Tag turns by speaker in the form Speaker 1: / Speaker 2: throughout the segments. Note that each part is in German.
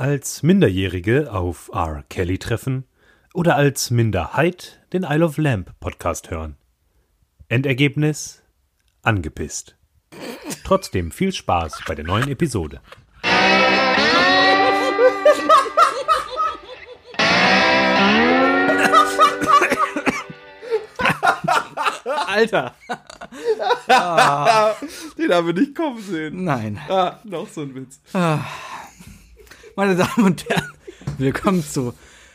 Speaker 1: als Minderjährige auf R. Kelly treffen oder als Minderheit den Isle of Lamp Podcast hören. Endergebnis angepisst. Trotzdem viel Spaß bei der neuen Episode.
Speaker 2: Alter.
Speaker 3: Den haben wir nicht kommen sehen.
Speaker 2: Nein.
Speaker 3: Ah, noch so ein Witz.
Speaker 2: Meine Damen und Herren, willkommen zu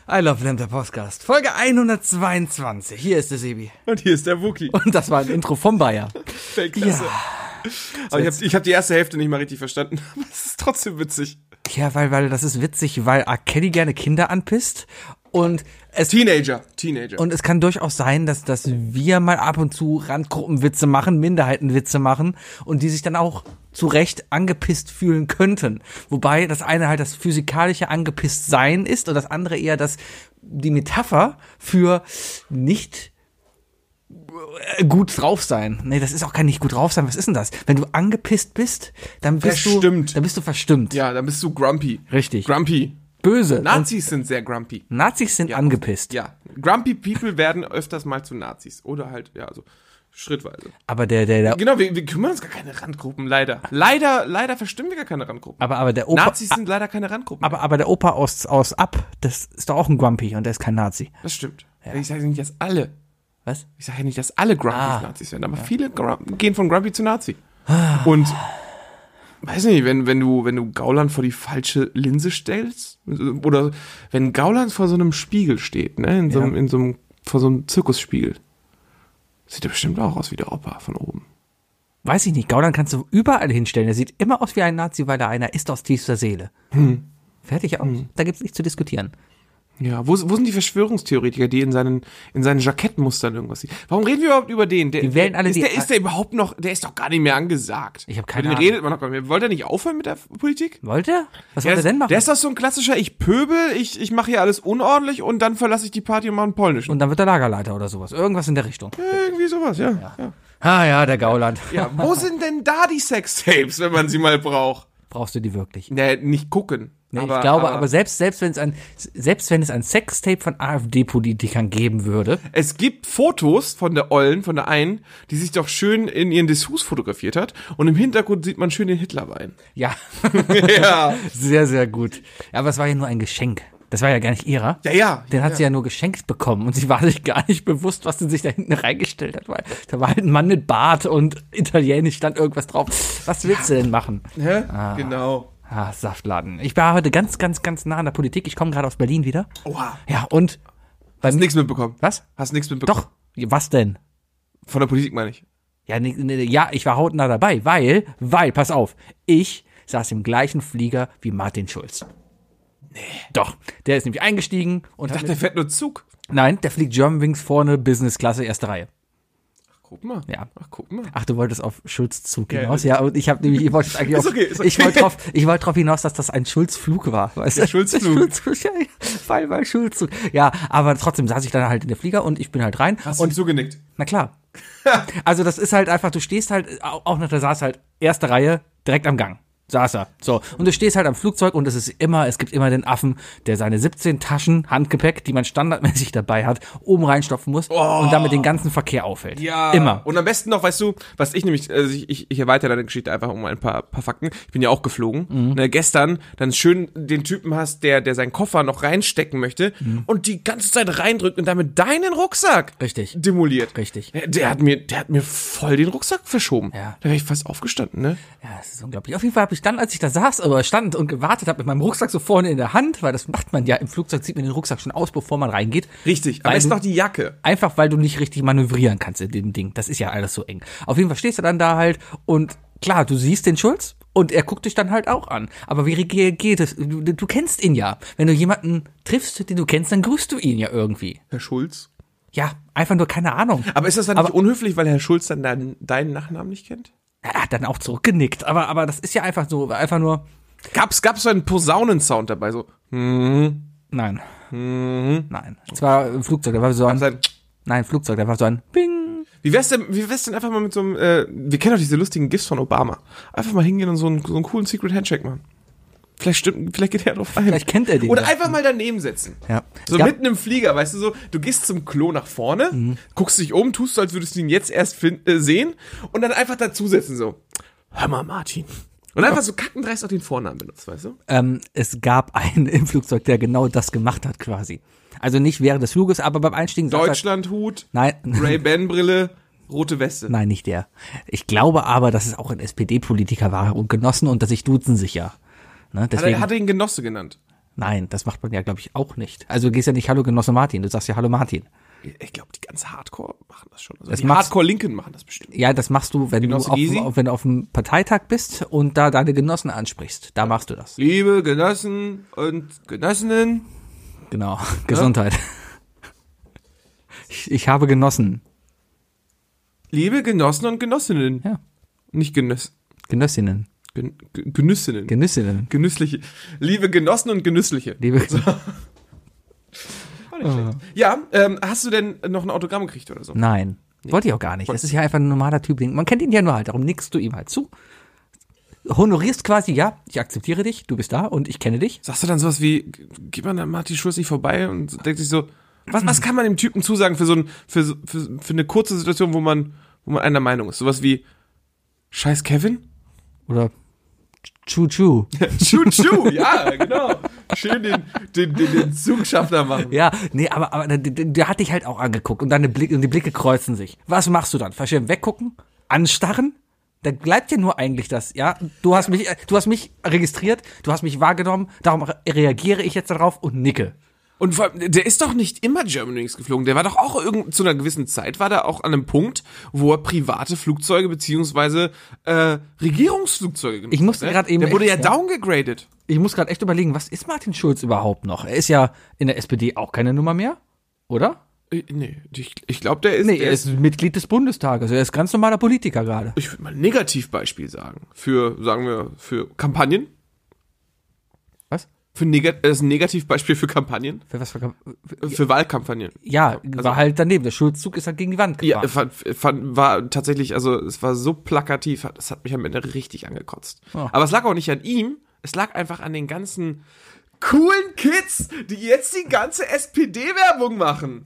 Speaker 2: I Love Lamp, der Podcast. Folge 122. Hier ist der Sebi.
Speaker 3: Und hier ist der Wookie.
Speaker 2: Und das war ein Intro vom Bayer.
Speaker 3: Klasse. Aber ich habe ich hab die erste Hälfte nicht mal richtig verstanden. Aber es ist trotzdem witzig.
Speaker 2: Ja, weil, weil das ist witzig, weil Arcady gerne Kinder anpisst. Und es,
Speaker 3: Teenager. Teenager.
Speaker 2: und es kann durchaus sein, dass, dass wir mal ab und zu Randgruppenwitze machen, Minderheitenwitze machen und die sich dann auch zu Recht angepisst fühlen könnten. Wobei das eine halt das physikalische Angepisstsein ist und das andere eher das, die Metapher für nicht äh, gut drauf sein. Nee, das ist auch kein nicht gut drauf sein. Was ist denn das? Wenn du angepisst bist, dann bist du,
Speaker 3: Verstimmt.
Speaker 2: dann bist du verstimmt.
Speaker 3: ja, dann bist du grumpy.
Speaker 2: Richtig.
Speaker 3: Grumpy.
Speaker 2: Böse. Und
Speaker 3: Nazis sind sehr grumpy.
Speaker 2: Nazis sind angepisst.
Speaker 3: Ja. Grumpy People werden öfters mal zu Nazis. Oder halt, ja, so schrittweise.
Speaker 2: Aber der, der, der
Speaker 3: Genau, wir, wir kümmern uns gar keine Randgruppen, leider. Leider, leider verstimmen wir gar keine Randgruppen.
Speaker 2: aber, aber der Opa,
Speaker 3: Nazis sind leider keine Randgruppen.
Speaker 2: Aber, aber der Opa aus, aus Ab, das ist doch auch ein Grumpy und der ist kein Nazi.
Speaker 3: das stimmt. Ich sage nicht, dass alle.
Speaker 2: Was?
Speaker 3: Ich sage ja nicht, dass alle Grumpys
Speaker 2: Ah.
Speaker 3: Nazis werden, aber viele Grum gehen von Grumpy zu Nazi. Und weiß nicht, wenn, wenn du, wenn du Gauland vor die falsche Linse stellst, oder wenn Gauland vor so einem Spiegel steht, ne? In so einem, in so einem, vor so einem Zirkusspiegel. Sieht er bestimmt auch aus wie der Opa von oben.
Speaker 2: Weiß ich nicht, Gauland kannst du überall hinstellen. Der sieht immer aus wie ein Nazi, weil er einer ist aus tiefster Seele. Hm. Fertig aus. Da gibt's nichts zu diskutieren.
Speaker 3: Ja, wo, wo sind die Verschwörungstheoretiker, die in seinen, in seinen Jackettmustern irgendwas sehen? Warum reden wir überhaupt über den? Der,
Speaker 2: Die wählen alle
Speaker 3: ist,
Speaker 2: die-
Speaker 3: der, ist der überhaupt noch, der ist doch gar nicht mehr angesagt.
Speaker 2: Ich hab keine
Speaker 3: Über den
Speaker 2: Ahnung.
Speaker 3: redet man doch gar nicht mehr. Wollte er nicht aufhören mit der Politik?
Speaker 2: Wollte er? Was
Speaker 3: Der
Speaker 2: wollte er
Speaker 3: ist-
Speaker 2: denn machen?
Speaker 3: Der ist doch so ein klassischer, ich pöbel, ich, ich mache hier alles unordentlich und dann verlasse ich die Party und mache einen polnischen.
Speaker 2: und dann wird er Lagerleiter oder sowas. Irgendwas in der Richtung.
Speaker 3: Irgendwie sowas, ja. ja. ja.
Speaker 2: Ah ja, der Gauland.
Speaker 3: Wo sind denn da die Sextapes, wenn man sie mal braucht?
Speaker 2: Brauchst du die wirklich?
Speaker 3: Ne, nicht gucken.
Speaker 2: Nee, ich glaube, aber, selbst, selbst wenn es ein, selbst wenn es ein Sextape von AfD-Politikern geben würde,
Speaker 3: Es gibt Fotos von der Ollen, von der einen, die sich doch schön in ihren Dessous fotografiert hat und im Hintergrund sieht man schön den Hitlerwein.
Speaker 2: ja,
Speaker 3: ja.
Speaker 2: sehr, sehr gut. Aber es war ja nur ein Geschenk. Das war ja gar nicht ihrer.
Speaker 3: Ja, ja.
Speaker 2: Den hat sie ja nur geschenkt bekommen und sie war sich gar nicht bewusst, was sie sich da hinten reingestellt hat, weil da war halt ein Mann mit Bart und italienisch stand irgendwas drauf. Was willst du denn machen?
Speaker 3: Hä? Genau.
Speaker 2: Ah, Saftladen. Ich war heute ganz, ganz, ganz nah an der Politik. Ich komme gerade aus Berlin wieder.
Speaker 3: Oha.
Speaker 2: Ja, und
Speaker 3: Hast nichts mitbekommen.
Speaker 2: was?
Speaker 3: Hast nichts mitbekommen.
Speaker 2: Doch. Was denn?
Speaker 3: Von der Politik meine ich.
Speaker 2: Ja, nee, nee, nee, ja, ich war hautnah dabei, weil, weil, pass auf, ich saß im gleichen Flieger wie Martin Schulz. Nee. Doch, der ist nämlich eingestiegen und
Speaker 3: Ich
Speaker 2: hat
Speaker 3: dachte, der fährt nur Zug.
Speaker 2: mit, nein, der fliegt Germanwings vorne, Business Klasse, erste Reihe.
Speaker 3: Guck mal.
Speaker 2: Ja.
Speaker 3: Ach, guck mal.
Speaker 2: Ach, du wolltest auf Schulz Zug
Speaker 3: Ja,
Speaker 2: hinaus. Ja, und ich habe nämlich, ich wollte eigentlich auf,
Speaker 3: Ist okay, ist okay.
Speaker 2: ich wollte drauf, ich wollte drauf hinaus, dass das ein Schulz-Flug war. Weißt du?
Speaker 3: Schulz-Flug.
Speaker 2: Schulz-Flug, ja, weil war Schulz-Zug. Ja, aber trotzdem saß ich dann halt in der Flieger und ich bin halt rein.
Speaker 3: Hast
Speaker 2: und
Speaker 3: du zugenickt?
Speaker 2: na klar. also das ist halt einfach, du stehst halt, au- auch nach der saß halt erste Reihe direkt am Gang. Saß er. So. Und du stehst halt am Flugzeug und es ist immer, es gibt immer den Affen, der seine 17 Taschen Handgepäck, die man standardmäßig dabei hat, oben reinstopfen muss
Speaker 3: Oh.
Speaker 2: und damit den ganzen Verkehr auffällt. Immer.
Speaker 3: Und am besten noch, weißt du, was ich nämlich, also ich, ich, ich erweitere deine Geschichte einfach um ein paar, paar Fakten. Ich bin ja auch geflogen.
Speaker 2: Mhm.
Speaker 3: Ne, gestern dann schön den Typen hast, der, der seinen Koffer noch reinstecken möchte
Speaker 2: Mhm.
Speaker 3: und die ganze Zeit reindrückt und damit deinen Rucksack
Speaker 2: Richtig.
Speaker 3: demoliert.
Speaker 2: Richtig.
Speaker 3: Der, der hat mir, der hat mir voll den Rucksack verschoben.
Speaker 2: Ja.
Speaker 3: Da wäre ich fast aufgestanden, ne?
Speaker 2: Ja, das ist unglaublich. Auf jeden Fall habe ich dann, als ich da saß, aber stand und gewartet habe mit meinem Rucksack so vorne in der Hand, weil das macht man ja im Flugzeug, zieht man den Rucksack schon aus, bevor man reingeht.
Speaker 3: Richtig. Am
Speaker 2: Weil
Speaker 3: besten
Speaker 2: du-
Speaker 3: noch die Jacke.
Speaker 2: Einfach weil du nicht richtig manövrieren kannst in dem Ding. Das ist ja alles so eng. Auf jeden Fall stehst du dann da halt und klar, du siehst den Schulz und er guckt dich dann halt auch an. Aber wie reagiert es? Du, du kennst ihn ja. Wenn du jemanden triffst, den du kennst, dann grüßt du ihn ja irgendwie.
Speaker 3: Herr Schulz.
Speaker 2: Ja, einfach nur keine Ahnung.
Speaker 3: Aber ist das dann nicht unhöflich, weil Herr Schulz dann deinen, deinen Nachnamen nicht kennt?
Speaker 2: Er hat dann auch zurückgenickt. Aber, aber das ist ja einfach so, einfach nur,
Speaker 3: Gab's, gab's so einen Posaunensound dabei, so.
Speaker 2: nein.
Speaker 3: Mhm.
Speaker 2: Nein. Es war ein Flugzeug, da war so ein,
Speaker 3: Sein,
Speaker 2: nein, Flugzeug, da war so ein Bing.
Speaker 3: Wie wär's denn, wie wär's denn einfach mal mit so einem, äh, wir kennen doch diese lustigen GIFs von Obama. Einfach mal hingehen und so einen, so einen coolen Secret Handshake machen. Vielleicht stimmt, vielleicht geht er drauf ein.
Speaker 2: Vielleicht kennt er den
Speaker 3: Oder
Speaker 2: ja.
Speaker 3: einfach mal daneben setzen.
Speaker 2: Ja. Mhm.
Speaker 3: So
Speaker 2: Es gab-
Speaker 3: mitten im Flieger, weißt du so, du gehst zum Klo nach vorne, guckst dich um, tust so, als würdest du ihn jetzt erst fin- äh, sehen und dann einfach dazusetzen so, hör mal Martin. Und einfach so kackendreist auch den Vornamen benutzt, weißt du?
Speaker 2: ähm, es gab einen im Flugzeug, der genau das gemacht hat quasi. Also nicht während des Fluges, aber beim Einstiegen. saß er-
Speaker 3: Deutschlandhut,
Speaker 2: Nein,
Speaker 3: Ray-Ban-Brille, rote Weste.
Speaker 2: nein, nicht der. Ich glaube aber, dass es auch ein SPD-Politiker war und Genossen und dass sich duzen sicher. Ne?
Speaker 3: Hat er,
Speaker 2: Deswegen,
Speaker 3: hat er ihn Genosse genannt?
Speaker 2: nein, das macht man ja, glaube ich, auch nicht. Also du gehst ja nicht Hallo Genosse Martin, du sagst ja Hallo Martin.
Speaker 3: Ich glaube, die ganz Hardcore machen das schon. Also
Speaker 2: Das
Speaker 3: die
Speaker 2: macht's-
Speaker 3: Hardcore-Linken machen das bestimmt.
Speaker 2: Ja, das machst du, wenn
Speaker 3: Genosse
Speaker 2: du
Speaker 3: Gysi?
Speaker 2: auf, auf, wenn du auf dem Parteitag bist und da deine Genossen ansprichst. Da machst du das.
Speaker 3: Liebe Genossen und Genossinnen.
Speaker 2: Genau. Gesundheit. Ich, ich habe genossen.
Speaker 3: Liebe Genossen und Genossinnen.
Speaker 2: Ja.
Speaker 3: Nicht Genöss.
Speaker 2: Genössinnen.
Speaker 3: Gen, Gen- Genüssinnen.
Speaker 2: Genüssinnen.
Speaker 3: Genüssliche. Liebe Genossen und Genüssliche.
Speaker 2: Liebe.
Speaker 3: War nicht schlecht. Ja, ähm, hast du denn noch ein Autogramm gekriegt oder so?
Speaker 2: Äh, Nein. Wollte ich auch gar nicht. Das ist ja einfach ein normaler Typ. den- Man kennt ihn ja nur halt. Darum nickst du ihm halt zu. Honorierst quasi, ja, ich akzeptiere dich, du bist da und ich kenne dich.
Speaker 3: Sagst du dann sowas wie, geht man an Martin Schulz nicht vorbei und denkt sich so, was, was kann man dem Typen zusagen für so ein, für, so- für, für eine kurze Situation, wo man, wo man einer Meinung ist? Sowas wie, scheiß Kevin?
Speaker 2: Oder Chu-Chu.
Speaker 3: Tschu-tschu, ja, genau. Schön den, den, den, den Zugschaffner machen.
Speaker 2: Ja, nee, aber, aber der, der, der hat dich halt auch angeguckt und deine Blick, und die Blicke kreuzen sich. Was machst du dann? Verschirmt weggucken? Anstarren? Da bleibt ja nur eigentlich das, ja? Du hast mich, äh, du hast mich registriert, du hast mich wahrgenommen, darum re- reagiere ich jetzt darauf und nicke.
Speaker 3: Und vor allem, der ist doch nicht immer Germanwings geflogen. Der war doch auch irgend, zu einer gewissen Zeit, war da auch an einem Punkt, wo er private Flugzeuge beziehungsweise äh, Regierungsflugzeuge genutzt
Speaker 2: Ich musste
Speaker 3: hat, ne?
Speaker 2: gerade eben
Speaker 3: Der wurde ja
Speaker 2: echt, ja.
Speaker 3: downgegradet.
Speaker 2: Ich muss gerade echt überlegen, was ist Martin Schulz überhaupt noch? Er ist ja in der SPD auch keine Nummer mehr, oder?
Speaker 3: Äh, Nee, ich, ich glaube, der ist.
Speaker 2: Nee, äh,
Speaker 3: der
Speaker 2: er ist Mitglied des Bundestages, er ist ganz normaler Politiker gerade.
Speaker 3: Ich würde mal ein Negativbeispiel sagen. Für, sagen wir, für Kampagnen.
Speaker 2: Was?
Speaker 3: Für Negat das ist ein Negativbeispiel für Kampagnen.
Speaker 2: Für was für,
Speaker 3: äh, Für Wahlkampagnen.
Speaker 2: ja,
Speaker 3: Also-
Speaker 2: war halt daneben. Der Schulzzug ist halt gegen die Wand
Speaker 3: Ja,
Speaker 2: gefahren.
Speaker 3: fand, fand, war tatsächlich, also es war so plakativ, hat- das hat mich am Ende richtig angekotzt. Aber es lag auch nicht an ihm, es lag einfach an den ganzen coolen Kids, die jetzt die ganze SPD-Werbung machen.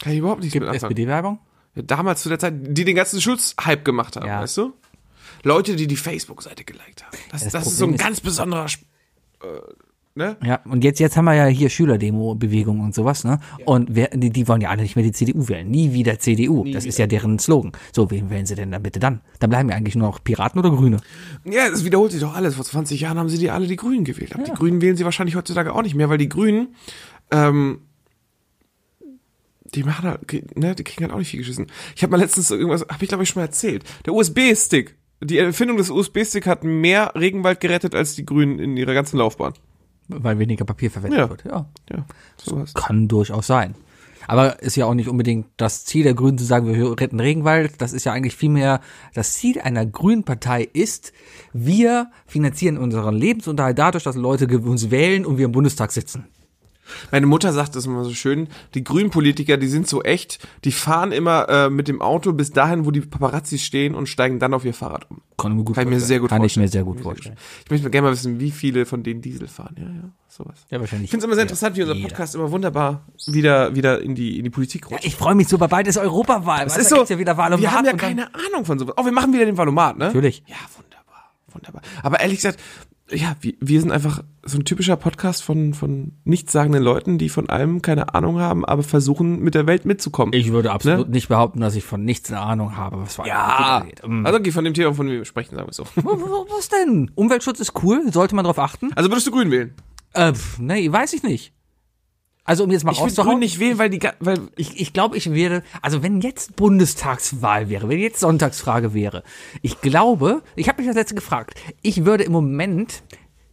Speaker 3: Kann ich überhaupt nicht mit anfangen.
Speaker 2: SPD-Werbung?
Speaker 3: Ja, damals zu der Zeit, die den ganzen Schulz-Hype gemacht haben,
Speaker 2: Ja.
Speaker 3: weißt du? Leute, die die Facebook-Seite geliked haben. Das, das,
Speaker 2: das
Speaker 3: ist so ein
Speaker 2: Problem ist-
Speaker 3: ganz besonderer... Sp äh, ne?
Speaker 2: Ja, und jetzt, jetzt haben wir ja hier Schülerdemo-Bewegung und sowas, ne? Und wer, die, die wollen ja alle nicht mehr die CDU wählen. Nie wieder CDU. das ist ja deren Slogan. So, wen wählen sie denn dann bitte dann? Dann bleiben ja eigentlich nur noch Piraten oder Grüne.
Speaker 3: Ja, das wiederholt sich doch alles. Vor 20 Jahren haben sie die alle die Grünen gewählt. Aber die Grünen wählen sie wahrscheinlich heutzutage auch nicht mehr, weil die Grünen, ähm, die machen halt, ne, die kriegen halt auch nicht viel geschissen. Ich habe mal letztens so irgendwas, habe ich glaube ich schon mal erzählt. Der USB-Stick, die Erfindung des USB-Stick hat mehr Regenwald gerettet als die Grünen in ihrer ganzen Laufbahn.
Speaker 2: Weil weniger Papier verwendet
Speaker 3: Ja.
Speaker 2: wird. Ja.
Speaker 3: Ja, sowas.
Speaker 2: Kann durchaus sein. Aber ist ja auch nicht unbedingt das Ziel der Grünen zu sagen, wir retten Regenwald. Das ist ja eigentlich vielmehr das Ziel einer grünen Partei ist, wir finanzieren unseren Lebensunterhalt dadurch, dass Leute ge- uns wählen und wir im Bundestag sitzen.
Speaker 3: Meine Mutter sagt das immer so schön, die Grünen-Politiker, die sind so echt, die fahren immer äh, mit dem Auto bis dahin, wo die Paparazzi stehen und steigen dann auf ihr Fahrrad um.
Speaker 2: Kann, mir gut
Speaker 3: Kann ich mir
Speaker 2: vorstellen.
Speaker 3: sehr gut
Speaker 2: Kann
Speaker 3: vorstellen.
Speaker 2: ich mir sehr gut vorstellen.
Speaker 3: Ich möchte gerne mal wissen, wie viele von denen Diesel fahren. Ja, ja, sowas.
Speaker 2: Ja, wahrscheinlich.
Speaker 3: Ich finde es immer sehr interessant, wie unser
Speaker 2: jeder.
Speaker 3: Podcast immer wunderbar wieder, wieder in, die, in die Politik rutscht.
Speaker 2: Ich freue mich so, bei bald ist Europawahl.
Speaker 3: Es
Speaker 2: weißt du, da gibt's ja wieder Wahl um
Speaker 3: wir haben ja
Speaker 2: und dann-
Speaker 3: keine Ahnung von sowas. Oh, wir machen wieder den Valomat, ne?
Speaker 2: Natürlich.
Speaker 3: Ja, wunderbar, wunderbar. Aber ehrlich gesagt, ja, wir, wir sind einfach so ein typischer Podcast von, von nichtssagenden Leuten, die von allem keine Ahnung haben, aber versuchen, mit der Welt mitzukommen.
Speaker 2: Ich würde absolut
Speaker 3: Ne?
Speaker 2: nicht behaupten, dass ich von nichts eine Ahnung habe, was Wahl
Speaker 3: Ja,
Speaker 2: angeht. Mm.
Speaker 3: also okay, von dem Thema, von dem wir sprechen, sagen wir so.
Speaker 2: Wo- wo- Was denn? Umweltschutz ist cool, sollte man drauf achten?
Speaker 3: Also würdest du grün wählen?
Speaker 2: Äh, pf, nee, weiß ich nicht. Also um jetzt mal
Speaker 3: Ich würde grün
Speaker 2: rauszuhauen,
Speaker 3: nicht wählen, weil die, ga- weil
Speaker 2: ich, ich glaube, ich wäre, also wenn jetzt Bundestagswahl wäre, wenn jetzt Sonntagsfrage wäre, ich glaube, ich habe mich das letzte gefragt, ich würde im Moment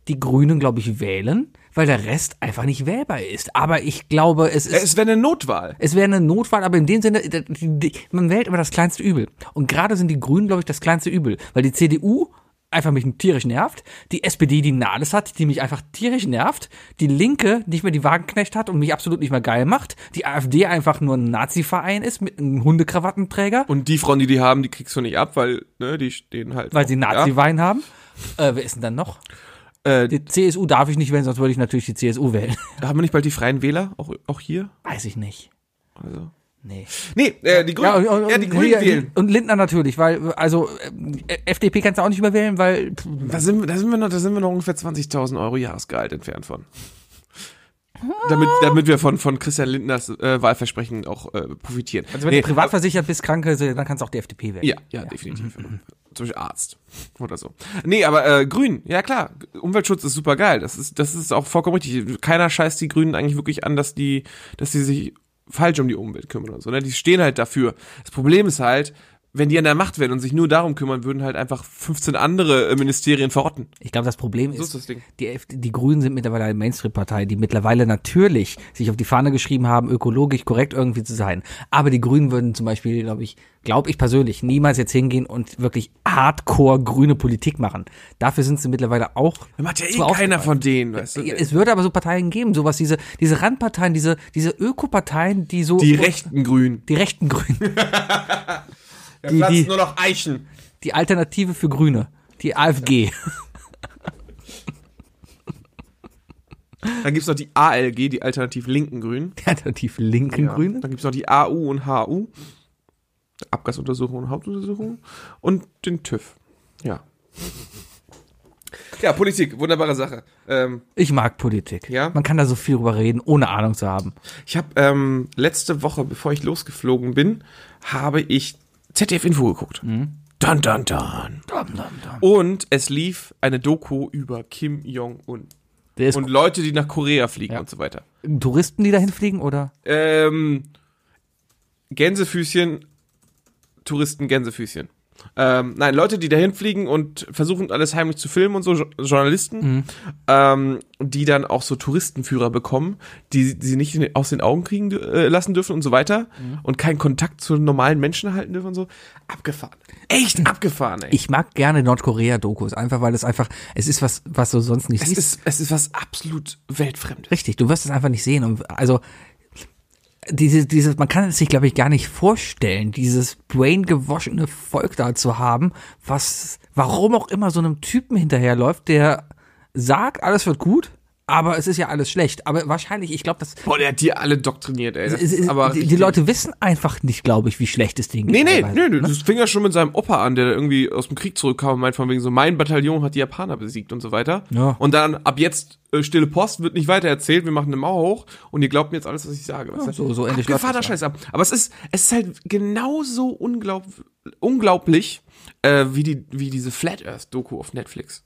Speaker 2: die Grünen, glaube ich, wählen, weil der Rest einfach nicht wählbar ist. Aber ich glaube, es ist
Speaker 3: es wäre eine Notwahl.
Speaker 2: Es wäre eine Notwahl, aber in dem Sinne, d- d- man wählt immer das kleinste Übel. Und gerade sind die Grünen, glaube ich, das kleinste Übel, weil die CDU einfach mich tierisch nervt, die SPD, die Nahles hat, die mich einfach tierisch nervt, die Linke nicht mehr die Wagenknecht hat und mich absolut nicht mehr geil macht, die AfD einfach nur ein Nazi-Verein ist mit einem Hundekrawattenträger,
Speaker 3: Und die Frauen, die die haben, die kriegst du nicht ab, weil ne, die stehen halt.
Speaker 2: weil sie
Speaker 3: Ja.
Speaker 2: Nazi-Wein haben. Äh, wer ist denn dann noch?
Speaker 3: Äh,
Speaker 2: Die CSU darf ich nicht wählen, sonst würde ich natürlich die CSU wählen.
Speaker 3: haben wir nicht bald die Freien Wähler, auch, auch hier?
Speaker 2: Weiß ich nicht.
Speaker 3: Also.
Speaker 2: Nee.
Speaker 3: Nee, äh, die Grünen. Ja, die Grünen
Speaker 2: hier,
Speaker 3: wählen.
Speaker 2: Und Lindner natürlich, weil, also, äh, FDP kannst du auch nicht überwählen, weil, pff,
Speaker 3: Da sind, wir- da, sind wir noch, da sind wir noch ungefähr 20.000 Euro Jahresgehalt entfernt von. Damit, damit wir von, von Christian Lindners äh, Wahlversprechen auch äh, profitieren.
Speaker 2: also wenn
Speaker 3: Nee,
Speaker 2: du privat versichert bist, kranke, dann kannst du auch die FDP wählen.
Speaker 3: Ja, ja, definitiv.
Speaker 2: Mhm,
Speaker 3: Zum Beispiel Arzt oder so. Nee, aber äh, Grün, ja klar, Umweltschutz ist super geil. Das ist, das ist auch vollkommen richtig. Keiner scheißt die Grünen eigentlich wirklich an, dass die, dass die sich falsch um die Umwelt kümmern und so. Ne? Die stehen halt dafür. Das Problem ist halt, wenn die an der Macht wären und sich nur darum kümmern, würden halt einfach 15 andere äh, Ministerien verrotten.
Speaker 2: Ich glaube, das Problem
Speaker 3: So
Speaker 2: ist,
Speaker 3: ist das Ding.
Speaker 2: die, AfD die Grünen sind mittlerweile eine Mainstream-Partei, die mittlerweile natürlich sich auf die Fahne geschrieben haben, ökologisch korrekt irgendwie zu sein. Aber die Grünen würden zum Beispiel, glaube ich, glaube ich persönlich, niemals jetzt hingehen und wirklich hardcore grüne Politik machen. Dafür sind sie mittlerweile auch.
Speaker 3: Da macht ja eh
Speaker 2: zu aufge-
Speaker 3: keiner von denen, weißt du?
Speaker 2: Ja, Es wird aber so Parteien geben, sowas, diese, diese Randparteien, diese, diese Ökoparteien, die so.
Speaker 3: Die rechten Grünen.
Speaker 2: Die rechten Grünen.
Speaker 3: Da
Speaker 2: die-
Speaker 3: platzen nur noch Eichen.
Speaker 2: Die Alternative für Grüne. Die AfG.
Speaker 3: Dann gibt's noch die ALG, die alternativ linken Grünen.
Speaker 2: Die Alternative linken
Speaker 3: Ja.
Speaker 2: Grüne.
Speaker 3: Dann gibt es noch die AU und HU. Abgasuntersuchung und Hauptuntersuchung. Und den TÜV. Ja. Ja, Politik, wunderbare Sache. Ähm,
Speaker 2: Ich mag Politik.
Speaker 3: Ja.
Speaker 2: Man kann da so viel drüber reden, ohne Ahnung zu haben.
Speaker 3: ich habe ähm, letzte Woche, bevor ich losgeflogen bin, habe ich ZDF Info geguckt. Dun, dun, Mhm. dun. Und es lief eine Doku über Kim Jong-un.
Speaker 2: Der ist
Speaker 3: Und Leute, die nach Korea fliegen
Speaker 2: Ja.
Speaker 3: und so weiter.
Speaker 2: Touristen, die dahin fliegen, oder?
Speaker 3: Ähm, Gänsefüßchen, Touristen Gänsefüßchen. Ähm, nein, Leute, die dahin fliegen und versuchen alles heimlich zu filmen und so, Jo- Journalisten,
Speaker 2: Mhm.
Speaker 3: ähm, die dann auch so Touristenführer bekommen, die, die sie nicht in- aus den Augen kriegen dü- äh, lassen dürfen und so weiter
Speaker 2: Mhm.
Speaker 3: und keinen Kontakt zu normalen Menschen halten dürfen und so. Abgefahren. Echt abgefahren, ey.
Speaker 2: Ich mag gerne Nordkorea-Dokus, einfach weil es einfach, es ist was, was du sonst nicht
Speaker 3: es,
Speaker 2: siehst.
Speaker 3: ist, es ist was absolut weltfremdes.
Speaker 2: Richtig, du wirst es einfach nicht sehen. Und also dieses, dieses, man kann es sich, glaube ich, gar nicht vorstellen, dieses braingewaschene Volk da zu haben, was, warum auch immer so einem Typen hinterherläuft, der sagt, alles wird gut, aber es ist ja alles schlecht. Aber wahrscheinlich, ich glaube, das,
Speaker 3: Boah, der hat die alle doktriniert, ey. Das
Speaker 2: es- es-
Speaker 3: ist aber
Speaker 2: die, die
Speaker 3: richtig-
Speaker 2: Leute wissen einfach nicht, glaube ich, wie schlecht es denen
Speaker 3: Nee, nee,
Speaker 2: teilweise,
Speaker 3: nee, nee,
Speaker 2: ne?
Speaker 3: das fing ja schon mit seinem Opa an, der da irgendwie aus dem Krieg zurückkam und meint von wegen so, mein Bataillon hat die Japaner besiegt und so weiter.
Speaker 2: Ja.
Speaker 3: Und dann ab jetzt äh, stille Post wird nicht weiter erzählt, wir machen eine Mauer hoch und ihr glaubt mir jetzt alles, was ich sage. Ja,
Speaker 2: so- so ähnlich läuft
Speaker 3: Abgefahrener
Speaker 2: das, ja.
Speaker 3: Scheiß ab. Aber es ist, es ist halt genauso unglaub, unglaublich, äh, wie, die, wie diese Flat Earth Doku auf Netflix.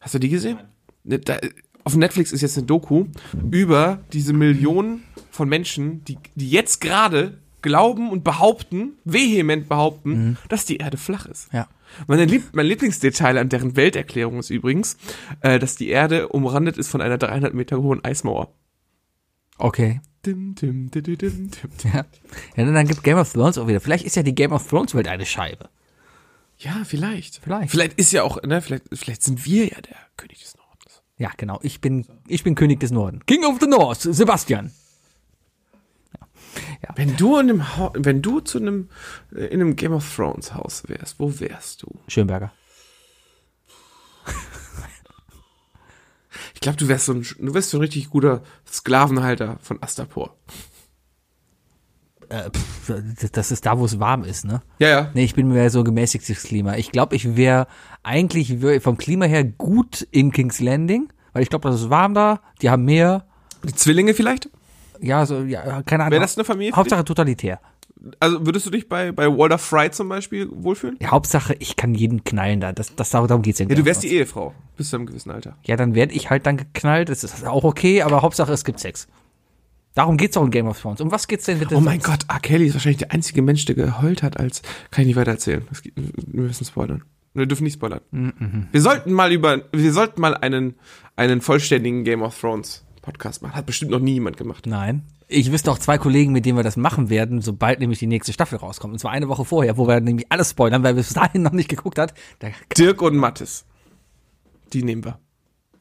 Speaker 3: Hast du die gesehen? Ne, Da, auf Netflix ist jetzt eine Doku über diese Millionen von Menschen, die, die jetzt gerade glauben und behaupten, vehement behaupten, dass die Erde flach ist.
Speaker 2: Mhm. Ja.
Speaker 3: Meine Lieb mein Lieblingsdetail an deren Welterklärung ist übrigens, äh, dass die Erde umrandet ist von einer 300 Meter hohen Eismauer.
Speaker 2: Okay.
Speaker 3: Dim, dim, dim, dim, dim, dim.
Speaker 2: Ja. ja, dann gibt Game of Thrones auch wieder. Vielleicht ist ja die Game of Thrones Welt eine Scheibe.
Speaker 3: Ja, vielleicht.
Speaker 2: Vielleicht.
Speaker 3: Vielleicht ist ja auch, ne, vielleicht, vielleicht sind wir ja der König des Nordens.
Speaker 2: Ja, genau. Ich bin, ich bin König des Norden. King of the North, Sebastian.
Speaker 3: Wenn du in einem Hau- wenn du zu einem äh, in einem Game of Thrones Haus wärst, wo wärst du?
Speaker 2: Schönberger.
Speaker 3: Ich glaube, du wärst so ein du wärst so ein richtig guter Sklavenhalter von Astapor.
Speaker 2: Äh, pff, das ist da, wo es warm ist, ne?
Speaker 3: Ja, ja.
Speaker 2: Nee, ich bin mehr so gemäßigtes Klima. Ich glaube, ich wäre eigentlich wär vom Klima her gut in King's Landing, weil ich glaube, das ist warm da, die haben Meer.
Speaker 3: Die Zwillinge vielleicht?
Speaker 2: Ja, so, ja, keine Ahnung.
Speaker 3: Wäre das eine Familie? für
Speaker 2: Hauptsache totalitär.
Speaker 3: dich? Also würdest du dich bei bei Walter Fry zum Beispiel wohlfühlen?
Speaker 2: Ja, Hauptsache, ich kann jeden knallen da. Das, das, darum geht's ja
Speaker 3: Ja, du wärst die Ehefrau bis zu einem gewissen Alter.
Speaker 2: Ja, dann werde ich halt dann geknallt. Das ist auch okay, aber Hauptsache es gibt Sex. Darum geht's auch in Game of Thrones. Um was geht's denn bitte?
Speaker 3: Oh mein Gott, R. Kelly ist wahrscheinlich der einzige Mensch, der geheult hat, als kann ich nicht weiter erzählen. Es gibt- Wir müssen spoilern. Wir dürfen nicht spoilern. Wir sollten mal über, wir sollten mal einen, einen vollständigen Game of Thrones Podcast machen. Hat bestimmt noch nie jemand gemacht.
Speaker 2: Nein. Ich wüsste auch zwei Kollegen, mit denen wir das machen werden, sobald nämlich die nächste Staffel rauskommt. Und zwar eine Woche vorher, wo wir nämlich alles spoilern, weil wir bis dahin noch nicht geguckt hat. Da,
Speaker 3: Dirk und Mattes. Die nehmen wir.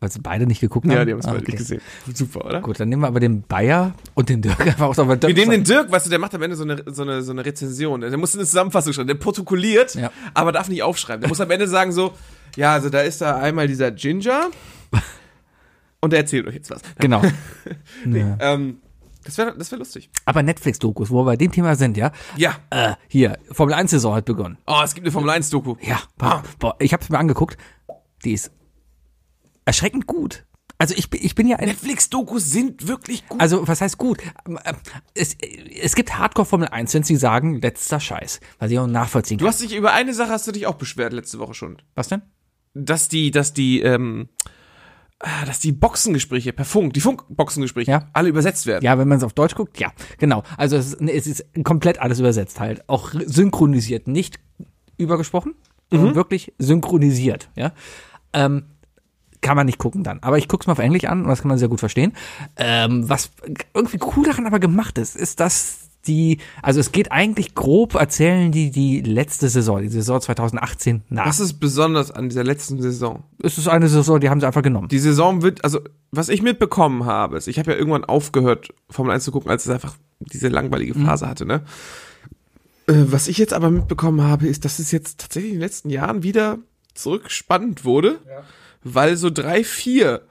Speaker 2: weil sie beide nicht geguckt haben.
Speaker 3: Ja, die haben es
Speaker 2: Ah,
Speaker 3: beide
Speaker 2: okay.
Speaker 3: gesehen. Super, oder?
Speaker 2: Gut, dann nehmen wir aber den Bayer und den Dirk einfach aus. Aber Dirk
Speaker 3: Wir
Speaker 2: ist
Speaker 3: nehmen den Dirk, weißt du, der macht am Ende so eine, so eine, so eine Rezension. Der muss eine Zusammenfassung schreiben. Der protokolliert,
Speaker 2: Ja.
Speaker 3: aber darf nicht aufschreiben. Der muss am Ende sagen so, Ja, also da ist da einmal dieser Ginger und der erzählt euch jetzt was.
Speaker 2: Genau. Ja.
Speaker 3: Ähm, das wäre das wär lustig.
Speaker 2: Aber Netflix-Dokus, wo wir bei dem Thema sind, ja?
Speaker 3: Ja.
Speaker 2: Äh, hier, Formel 1-Saison hat begonnen.
Speaker 3: Oh, es gibt eine Formel 1-Doku.
Speaker 2: Ja,
Speaker 3: Ah.
Speaker 2: boah, boah, ich habe es mir angeguckt. Die ist erschreckend gut. Also ich, bin- ich bin ja ein
Speaker 3: Netflix-Dokus sind wirklich gut.
Speaker 2: Also, was heißt gut? Ähm, ähm, Es, es gibt Hardcore-Formel-1-Fans, die sagen, letzter Scheiß. Was ich auch nachvollziehen
Speaker 3: Du
Speaker 2: kann.
Speaker 3: hast dich über eine Sache hast du dich auch beschwert letzte Woche schon.
Speaker 2: Was denn?
Speaker 3: Dass die, dass die, ähm, ah, dass die Boxengespräche per Funk, die Funkboxengespräche,
Speaker 2: Ja.
Speaker 3: alle übersetzt werden.
Speaker 2: Ja, wenn man es auf Deutsch guckt, ja, genau. Also es ist, es ist komplett alles übersetzt halt. Auch synchronisiert, nicht übergesprochen, sondern wirklich synchronisiert, ja. Ähm, kann man nicht gucken dann. Aber ich guck's mal auf Englisch an und das kann man sehr gut verstehen. Ähm, was irgendwie cool daran aber gemacht ist, ist, dass die, also es geht eigentlich grob, erzählen die die letzte Saison, die Saison 2018 nach.
Speaker 3: Was ist besonders an dieser letzten Saison?
Speaker 2: es ist eine Saison, die haben sie einfach genommen.
Speaker 3: Die Saison wird, also was ich mitbekommen habe, ist, ich habe ja irgendwann aufgehört, Formel 1 zu gucken, als es einfach diese langweilige Phase hatte, ne? Äh, Was ich jetzt aber mitbekommen habe, ist, dass es jetzt tatsächlich in den letzten Jahren wieder zurückspannend wurde, weil so drei, vier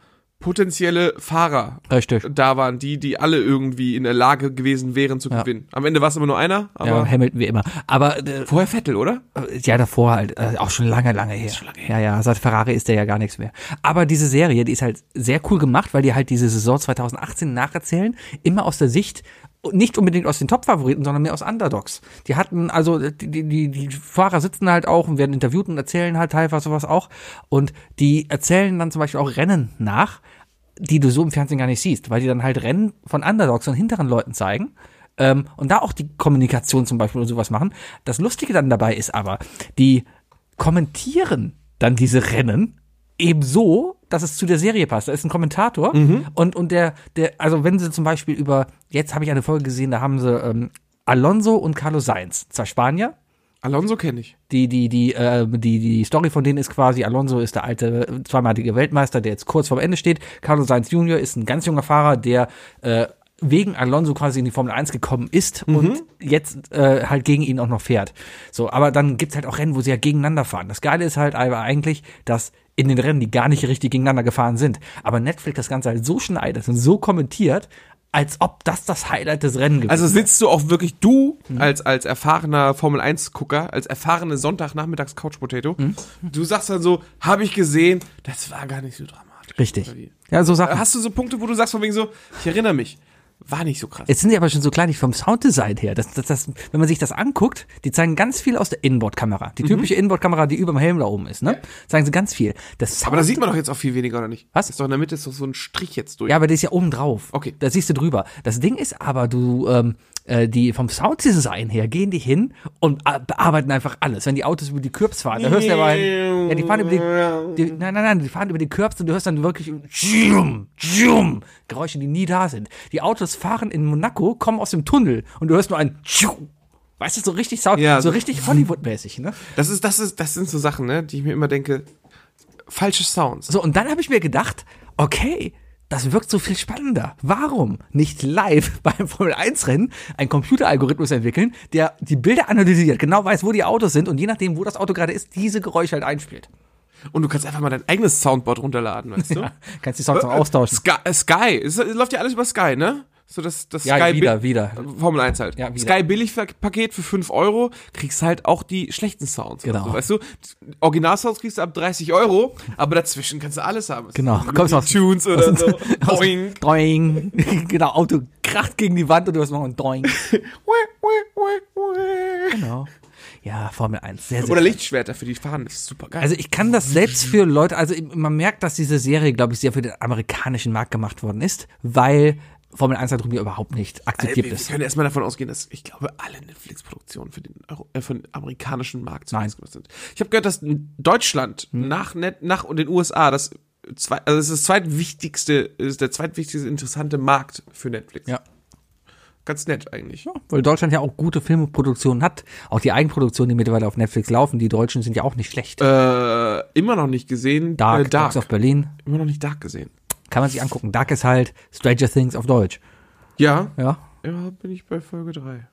Speaker 3: potenzielle Fahrer
Speaker 2: Richtig.
Speaker 3: da waren, die, die alle irgendwie in der Lage gewesen wären zu gewinnen. Am Ende war es immer nur einer, aber
Speaker 2: Ja, Hamilton wie immer. Aber äh,
Speaker 3: vorher Vettel, oder?
Speaker 2: Äh, Ja, davor halt, äh, auch schon lange, lange her. Ja, ja, seit Ferrari ist der ja gar nichts mehr. Aber diese Serie, die ist halt sehr cool gemacht, weil die halt diese Saison 2018 nacherzählen, immer aus der Sicht, nicht unbedingt aus den Top-Favoriten, sondern mehr aus Underdogs. Die hatten, also die, die, die, die Fahrer sitzen halt auch und werden interviewt und erzählen halt teilweise sowas auch. Und die erzählen dann zum Beispiel auch Rennen nach, die du so im Fernsehen gar nicht siehst, weil die dann halt Rennen von Underdogs und hinteren Leuten zeigen ähm, und da auch die Kommunikation zum Beispiel und sowas machen. Das Lustige dann dabei ist aber, die kommentieren dann diese Rennen eben so, dass es zu der Serie passt. Da ist ein Kommentator und, und der, der, also wenn sie zum Beispiel über, jetzt habe ich eine Folge gesehen, da haben sie ähm, Alonso und Carlos Sainz, zwei Spanier,
Speaker 3: Alonso kenne ich.
Speaker 2: die, die, die, äh, die, die Story von denen ist quasi, Alonso ist der alte äh, zweimalige Weltmeister, der jetzt kurz vorm Ende steht. Carlos Sainz Jr. ist ein ganz junger Fahrer, der äh, wegen Alonso quasi in die Formel 1 gekommen ist
Speaker 3: Mhm.
Speaker 2: und jetzt äh, halt gegen ihn auch noch fährt. So, aber dann gibt's halt auch Rennen, wo sie ja gegeneinander fahren. Das Geile ist halt aber eigentlich, dass in den Rennen, die gar nicht richtig gegeneinander gefahren sind, aber Netflix das Ganze halt so schneidet und so kommentiert, als ob das das Highlight des Rennens gewesen
Speaker 3: Also sitzt du auch wirklich du
Speaker 2: Mhm.
Speaker 3: als, als erfahrener Formel 1-Gucker, als erfahrene Sonntagnachmittags Couch Potato.
Speaker 2: Mhm.
Speaker 3: Du sagst dann so, habe ich gesehen, das war gar nicht so dramatisch.
Speaker 2: Richtig.
Speaker 3: Oder wie?
Speaker 2: Ja, so Sachen.
Speaker 3: Hast du so Punkte, wo du sagst von wegen so, ich erinnere mich, war nicht so krass.
Speaker 2: Jetzt sind sie aber schon so klein, ich vom Sounddesign her. Das, das, das, wenn man sich das anguckt, die zeigen ganz viel aus der Inboard-Kamera. Die typische Inboard-Kamera, die über dem Helm da oben ist, ne? Zeigen sie ganz viel. Das Sound,
Speaker 3: Aber da sieht man doch jetzt auch viel weniger, oder nicht?
Speaker 2: Was?
Speaker 3: Ist doch in der Mitte ist doch so ein Strich jetzt durch.
Speaker 2: ja, aber der ist ja oben drauf.
Speaker 3: Okay.
Speaker 2: Da siehst du drüber. Das Ding ist aber, du, ähm, äh, die vom Sounddesign her gehen die hin und a- bearbeiten einfach alles. Wenn die Autos über die Kürbs fahren, da hörst du aber ein, ja, die fahren über die, die, nein, nein, nein, die fahren über die Kürbs und du hörst dann wirklich tschum, tschum, Geräusche, die nie da sind. Die Autos fahren in Monaco, kommen aus dem Tunnel und du hörst nur ein tschum. Weißt du, so richtig Sound,
Speaker 3: Ja,
Speaker 2: so
Speaker 3: so-
Speaker 2: richtig Hollywood-mäßig, ne?
Speaker 3: Das ist, das ist, das sind so Sachen, ne, die ich mir immer denke, falsche Sounds.
Speaker 2: So, und dann habe ich mir gedacht, okay, das wirkt so viel spannender. Warum nicht live beim Formel-1-Rennen einen Computeralgorithmus entwickeln, der die Bilder analysiert, genau weiß, wo die Autos sind und je nachdem, wo das Auto gerade ist, diese Geräusche halt einspielt.
Speaker 3: Und du kannst einfach mal dein eigenes Soundboard runterladen, weißt du?
Speaker 2: Ja, kannst die Songs auch austauschen.
Speaker 3: Sky, äh, Sky. Es läuft ja alles über Sky, ne? So das, das
Speaker 2: Ja,
Speaker 3: Sky
Speaker 2: wieder,
Speaker 3: Bi-
Speaker 2: wieder.
Speaker 3: Formel 1 halt.
Speaker 2: Ja, wieder.
Speaker 3: Sky Billig-Paket für 5 Euro kriegst halt auch die schlechten Sounds.
Speaker 2: Genau.
Speaker 3: So, weißt du, Original-Sounds kriegst du ab 30 Euro, aber dazwischen kannst du alles haben.
Speaker 2: Genau,
Speaker 3: Kommst
Speaker 2: kommst aus-
Speaker 3: Tunes oder so. Boing.
Speaker 2: Doing. genau, Auto kracht gegen die Wand und du hast noch ein Doing. Genau. Ja, Formel 1, sehr, sehr
Speaker 3: Oder Lichtschwerter für die Fahnen, das ist super geil.
Speaker 2: Also ich kann
Speaker 3: Oh,
Speaker 2: das selbst für Leute, also man merkt, dass diese Serie, glaube ich, sehr für den amerikanischen Markt gemacht worden ist, weil Formel 1 da drüben ja überhaupt nicht
Speaker 3: wir,
Speaker 2: akzeptiert
Speaker 3: Äh, wir
Speaker 2: ist.
Speaker 3: können erstmal davon ausgehen, dass ich glaube, alle Netflix-Produktionen für den, Euro, äh, für den amerikanischen Markt
Speaker 2: Nein. Hm.
Speaker 3: zumindest gemacht sind. Ich habe gehört, dass Deutschland nach, Net, nach und den USA das zwei, also es ist das zweitwichtigste, ist der zweitwichtigste interessante Markt für Netflix.
Speaker 2: Ja.
Speaker 3: Ganz nett eigentlich.
Speaker 2: Weil Deutschland ja auch gute Filmproduktionen hat. Auch die Eigenproduktionen, die mittlerweile auf Netflix laufen, die Deutschen sind ja auch nicht schlecht.
Speaker 3: Äh, immer noch nicht gesehen.
Speaker 2: Dark,
Speaker 3: äh,
Speaker 2: Dark.
Speaker 3: Dark.
Speaker 2: Dogs of Berlin,
Speaker 3: Immer noch nicht Dark gesehen.
Speaker 2: kann man sich angucken. Dark ist halt Stranger Things auf Deutsch.
Speaker 3: Ja.
Speaker 2: Ja,
Speaker 3: Ja, bin ich bei Folge 3.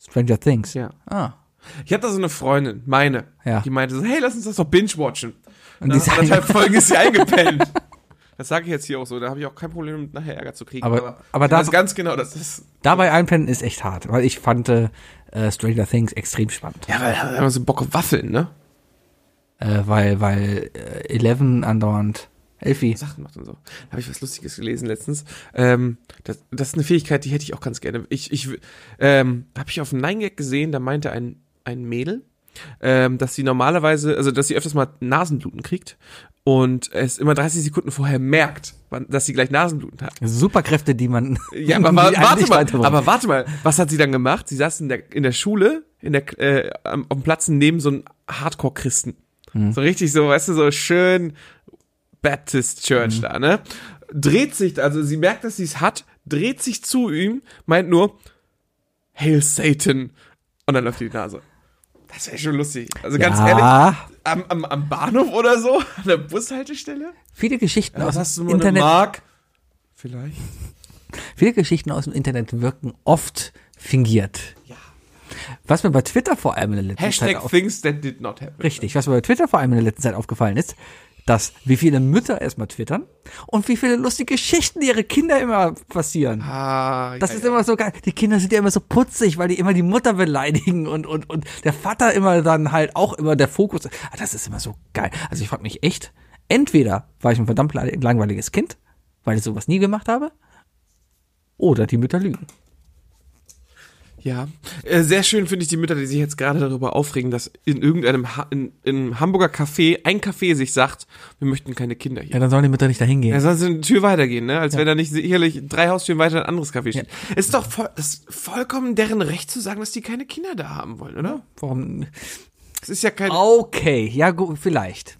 Speaker 2: Stranger Things.
Speaker 3: Ja.
Speaker 2: Ah.
Speaker 3: Ich hatte da so eine Freundin, meine,
Speaker 2: Ja.
Speaker 3: die meinte so, hey, lass uns das doch binge-watchen. Und
Speaker 2: die ist
Speaker 3: anderthalb Folgen ist sie eingepennt. Das sage ich jetzt hier auch so, da habe ich auch kein Problem, mit nachher Ärger zu kriegen.
Speaker 2: Aber- aber
Speaker 3: ich
Speaker 2: da-
Speaker 3: weiß ganz genau, das ist
Speaker 2: Dabei einpennen ist echt hart, weil ich fand äh, äh, Stranger Things extrem spannend.
Speaker 3: Ja, weil da hat man so Bock auf Waffeln, ne?
Speaker 2: Äh, weil, weil äh, Eleven andauernd. Elfie.
Speaker 3: Sachen macht und so. Da habe ich was Lustiges gelesen letztens. Ähm, das, das ist eine Fähigkeit, die hätte ich auch ganz gerne. Ich, ich ähm, habe ich auf einem Nine-Gag gesehen, da meinte ein, ein Mädel, ähm, dass sie normalerweise, also dass sie öfters mal Nasenbluten kriegt und es immer 30 Sekunden vorher merkt, wann, dass sie gleich Nasenbluten hat.
Speaker 2: Superkräfte, die man.
Speaker 3: Ja, aber wa-
Speaker 2: die einen
Speaker 3: warte
Speaker 2: nicht
Speaker 3: mal,
Speaker 2: weiterbringen.
Speaker 3: aber warte mal, was hat sie dann gemacht? Sie saß in der, in der Schule, in der, äh, am, am Platz neben so einem Hardcore-Christen.
Speaker 2: Mhm.
Speaker 3: So richtig so, weißt du, so schön Baptist Church
Speaker 2: Mhm.
Speaker 3: da, ne? Dreht sich, also sie merkt, dass sie es hat, dreht sich zu ihm, meint nur, Hail Satan. Und dann läuft die Nase. Das wäre schon lustig. Also ganz ehrlich,
Speaker 2: ja,
Speaker 3: am, am, am Bahnhof oder so, an der Bushaltestelle?
Speaker 2: viele Geschichten
Speaker 3: Was
Speaker 2: aus
Speaker 3: hast du
Speaker 2: dem
Speaker 3: mal eine
Speaker 2: Internet.
Speaker 3: Mark? Vielleicht.
Speaker 2: Viele Geschichten aus dem Internet wirken oft fingiert.
Speaker 3: Ja.
Speaker 2: Was mir bei Twitter vor allem in der letzten Zeit
Speaker 3: Hashtag
Speaker 2: auf,
Speaker 3: things that did not happen.
Speaker 2: richtig, was mir bei Twitter vor allem in der letzten Zeit aufgefallen ist, dass wie viele Mütter erstmal twittern und wie viele lustige Geschichten ihre Kinder immer passieren.
Speaker 3: Ah,
Speaker 2: Das
Speaker 3: ja,
Speaker 2: ist
Speaker 3: ja.
Speaker 2: immer so geil. Die Kinder sind ja immer so putzig, weil die immer die Mutter beleidigen und, und, und der Vater immer dann halt auch immer der Fokus. Ah, Das ist immer so geil. Also ich frage mich echt, entweder war ich ein verdammt la- langweiliges Kind, weil ich sowas nie gemacht habe, oder die Mütter lügen.
Speaker 3: Ja. Äh, Sehr schön finde ich die Mütter, die sich jetzt gerade darüber aufregen, dass in irgendeinem ha in, in Hamburger Café ein Café sich sagt, wir möchten keine Kinder hier.
Speaker 2: Ja, dann sollen die Mütter nicht dahin
Speaker 3: Ja,
Speaker 2: gehen.
Speaker 3: sonst eine Tür weitergehen, ne? Als wenn da nicht sicherlich drei Haustüren weiter ein anderes Café steht. Ist doch voll, ist vollkommen deren Recht zu sagen, dass die keine Kinder da haben wollen, oder?
Speaker 2: Warum?
Speaker 3: Es ist ja kein.
Speaker 2: Okay, ja gut, vielleicht.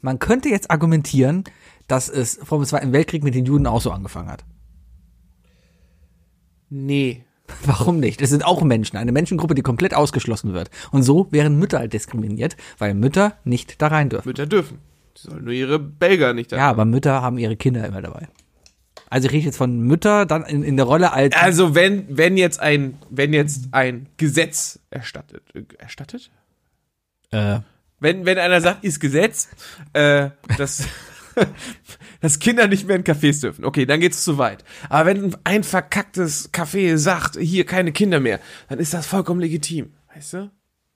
Speaker 2: Man könnte jetzt argumentieren, dass es vom Zweiten Weltkrieg mit den Juden auch so angefangen hat.
Speaker 3: Nee.
Speaker 2: Warum nicht? Es sind auch Menschen, eine Menschengruppe, die komplett ausgeschlossen wird. Und so wären Mütter halt diskriminiert, weil Mütter nicht da rein dürfen.
Speaker 3: Mütter dürfen. Die sollen nur ihre Belger nicht da.
Speaker 2: Ja, aber Mütter haben ihre Kinder immer dabei. Also ich rede jetzt von Mütter dann in, in der Rolle als
Speaker 3: Also wenn, wenn jetzt ein, wenn jetzt ein Gesetz erstattet, erstattet? Ähm.
Speaker 2: äh,
Speaker 3: Wenn, wenn einer sagt, ist Gesetz, äh, dass, dass Kinder nicht mehr in Cafés dürfen. Okay, dann geht's zu weit. Aber wenn ein verkacktes Café sagt, hier keine Kinder mehr, dann ist das vollkommen legitim. Weißt du?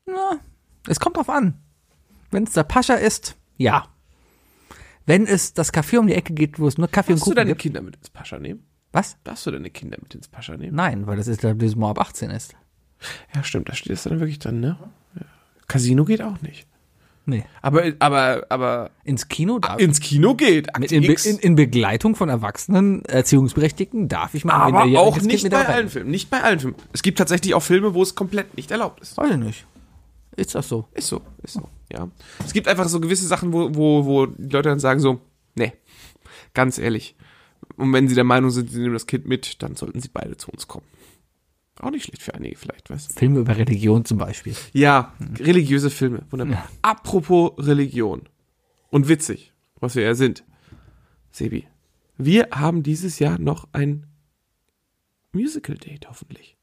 Speaker 2: na, es kommt drauf an. Wenn es der Pascha ist, ja. Wenn es das Café um die Ecke geht, wo es nur Kaffee
Speaker 3: Darfst
Speaker 2: und
Speaker 3: du
Speaker 2: Kuchen
Speaker 3: deine
Speaker 2: gibt.
Speaker 3: Kinder mit ins Pascha nehmen?
Speaker 2: Was?
Speaker 3: Darfst du deine Kinder mit ins Pascha nehmen?
Speaker 2: Nein, weil das Etablissement ab 18 ist.
Speaker 3: Ja, stimmt, da steht das dann wirklich dann, ne? Ja. Casino geht auch nicht.
Speaker 2: Nee.
Speaker 3: Aber, aber, aber
Speaker 2: Ins Kino darf
Speaker 3: ins Kino geht.
Speaker 2: mit
Speaker 3: Akt
Speaker 2: in, Be-
Speaker 3: X.
Speaker 2: in, in Begleitung von Erwachsenen, Erziehungsberechtigten, darf ich mal ein
Speaker 3: aber
Speaker 2: minderjähriges
Speaker 3: auch
Speaker 2: Kind
Speaker 3: nicht
Speaker 2: mit
Speaker 3: bei
Speaker 2: dabei
Speaker 3: allen Filmen. Nicht bei allen Filmen. Es gibt tatsächlich auch Filme, wo es komplett nicht erlaubt ist.
Speaker 2: Weiß ich nicht. Ist das so?
Speaker 3: Ist so, ist so, ja. Es gibt einfach so gewisse Sachen, wo, wo, wo die Leute dann sagen so, nee, ganz ehrlich. Und wenn sie der Meinung sind, sie nehmen das Kind mit, dann sollten sie beide zu uns kommen. Auch nicht schlecht für einige vielleicht, weißt du?
Speaker 2: Filme über Religion zum Beispiel.
Speaker 3: Ja, religiöse Filme, wunderbar. Apropos Religion und witzig, was wir ja sind. Sebi, wir haben dieses Jahr noch ein Musical-Date hoffentlich.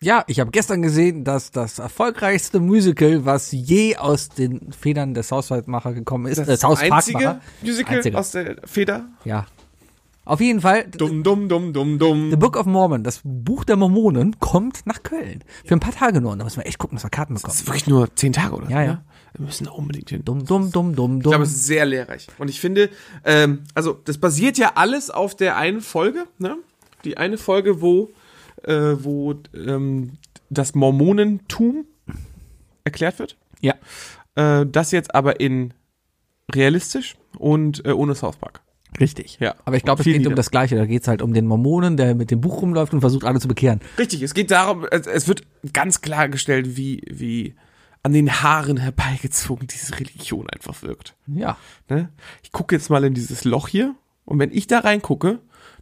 Speaker 2: Ja, ich habe gestern gesehen, dass das erfolgreichste Musical, was je aus den Federn des Haushaltmacher gekommen ist, des
Speaker 3: einzige
Speaker 2: Hausparkmacher.
Speaker 3: Musical
Speaker 2: Einzige.
Speaker 3: aus der Feder.
Speaker 2: Ja. Auf jeden Fall,
Speaker 3: Dum, dum, dum, dum, dum.
Speaker 2: The Book of Mormon, das Buch der Mormonen, kommt nach Köln. Für ein paar Tage nur. Und da müssen wir echt gucken, dass wir Karten bekommen.
Speaker 3: Das ist wirklich nur zehn Tage oder so.
Speaker 2: Ja, ja.
Speaker 3: ne? Wir müssen da unbedingt hin.
Speaker 2: Dumm, dumm, dumm, dumm,
Speaker 3: Ich glaube,
Speaker 2: dumm.
Speaker 3: es ist sehr lehrreich. Und ich finde, ähm, also das basiert ja alles auf der einen Folge, ne? Die eine Folge, wo, äh, wo ähm, das Mormonentum erklärt wird.
Speaker 2: Ja.
Speaker 3: Äh, das jetzt aber in realistisch und äh, ohne South Park.
Speaker 2: Richtig.
Speaker 3: Ja.
Speaker 2: Aber ich glaube, es
Speaker 3: Viel
Speaker 2: geht um
Speaker 3: Lieder.
Speaker 2: das Gleiche. Da geht es halt um den Mormonen, der mit dem Buch rumläuft und versucht, alle zu bekehren.
Speaker 3: Richtig, es geht darum, es, es wird ganz klargestellt, wie, wie an den Haaren herbeigezogen diese Religion einfach wirkt.
Speaker 2: Ja.
Speaker 3: ne? Ich gucke jetzt mal in dieses Loch hier und wenn ich da reingucke,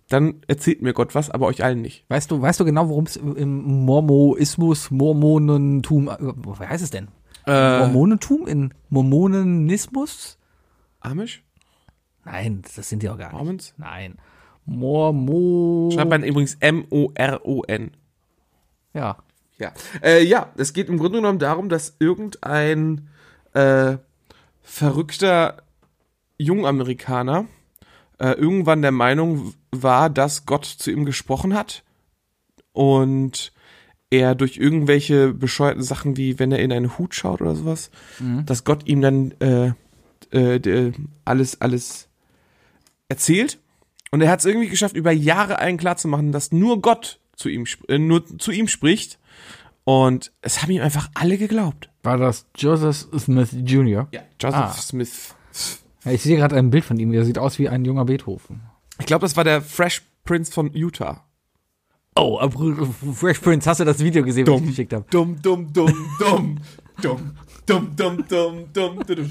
Speaker 3: dann erzählt mir Gott was, aber euch allen nicht.
Speaker 2: Weißt du, weißt du genau, worum es im Mormoismus, Mormonentum, äh, wie heißt es denn? Äh. Mormonentum in Mormonenismus?
Speaker 3: Amish?
Speaker 2: Nein, das sind die auch gar nicht.
Speaker 3: Mormons?
Speaker 2: Nein. Mormo.
Speaker 3: Schreibt man übrigens M-O-R-O-N.
Speaker 2: Ja.
Speaker 3: Ja. Äh, ja, es geht im Grunde genommen darum, dass irgendein äh, verrückter Jungamerikaner äh, irgendwann der Meinung war, dass Gott zu ihm gesprochen hat und er durch irgendwelche bescheuerten Sachen, wie wenn er in einen Hut schaut oder sowas, dass Gott ihm dann äh, äh, de- alles, alles erzählt. Und er hat es irgendwie geschafft, über Jahre allen klarzumachen, dass nur Gott zu ihm, sp- äh, nur zu ihm spricht. Und es haben ihm einfach alle geglaubt.
Speaker 4: War das Joseph Smith Jr.?
Speaker 3: Ja, Joseph
Speaker 4: Ah.
Speaker 3: Smith.
Speaker 4: Ja, Ich sehe gerade ein Bild von ihm, der sieht aus wie ein junger Beethoven.
Speaker 3: Ich glaube, das war der Fresh Prince von Utah.
Speaker 2: Oh, aber Fresh Prince, hast du das Video gesehen, was ich geschickt habe?
Speaker 3: Dumm, dumm, dumm, dumm, dumm. Dumm, dumm, dumm, dumm, dumm.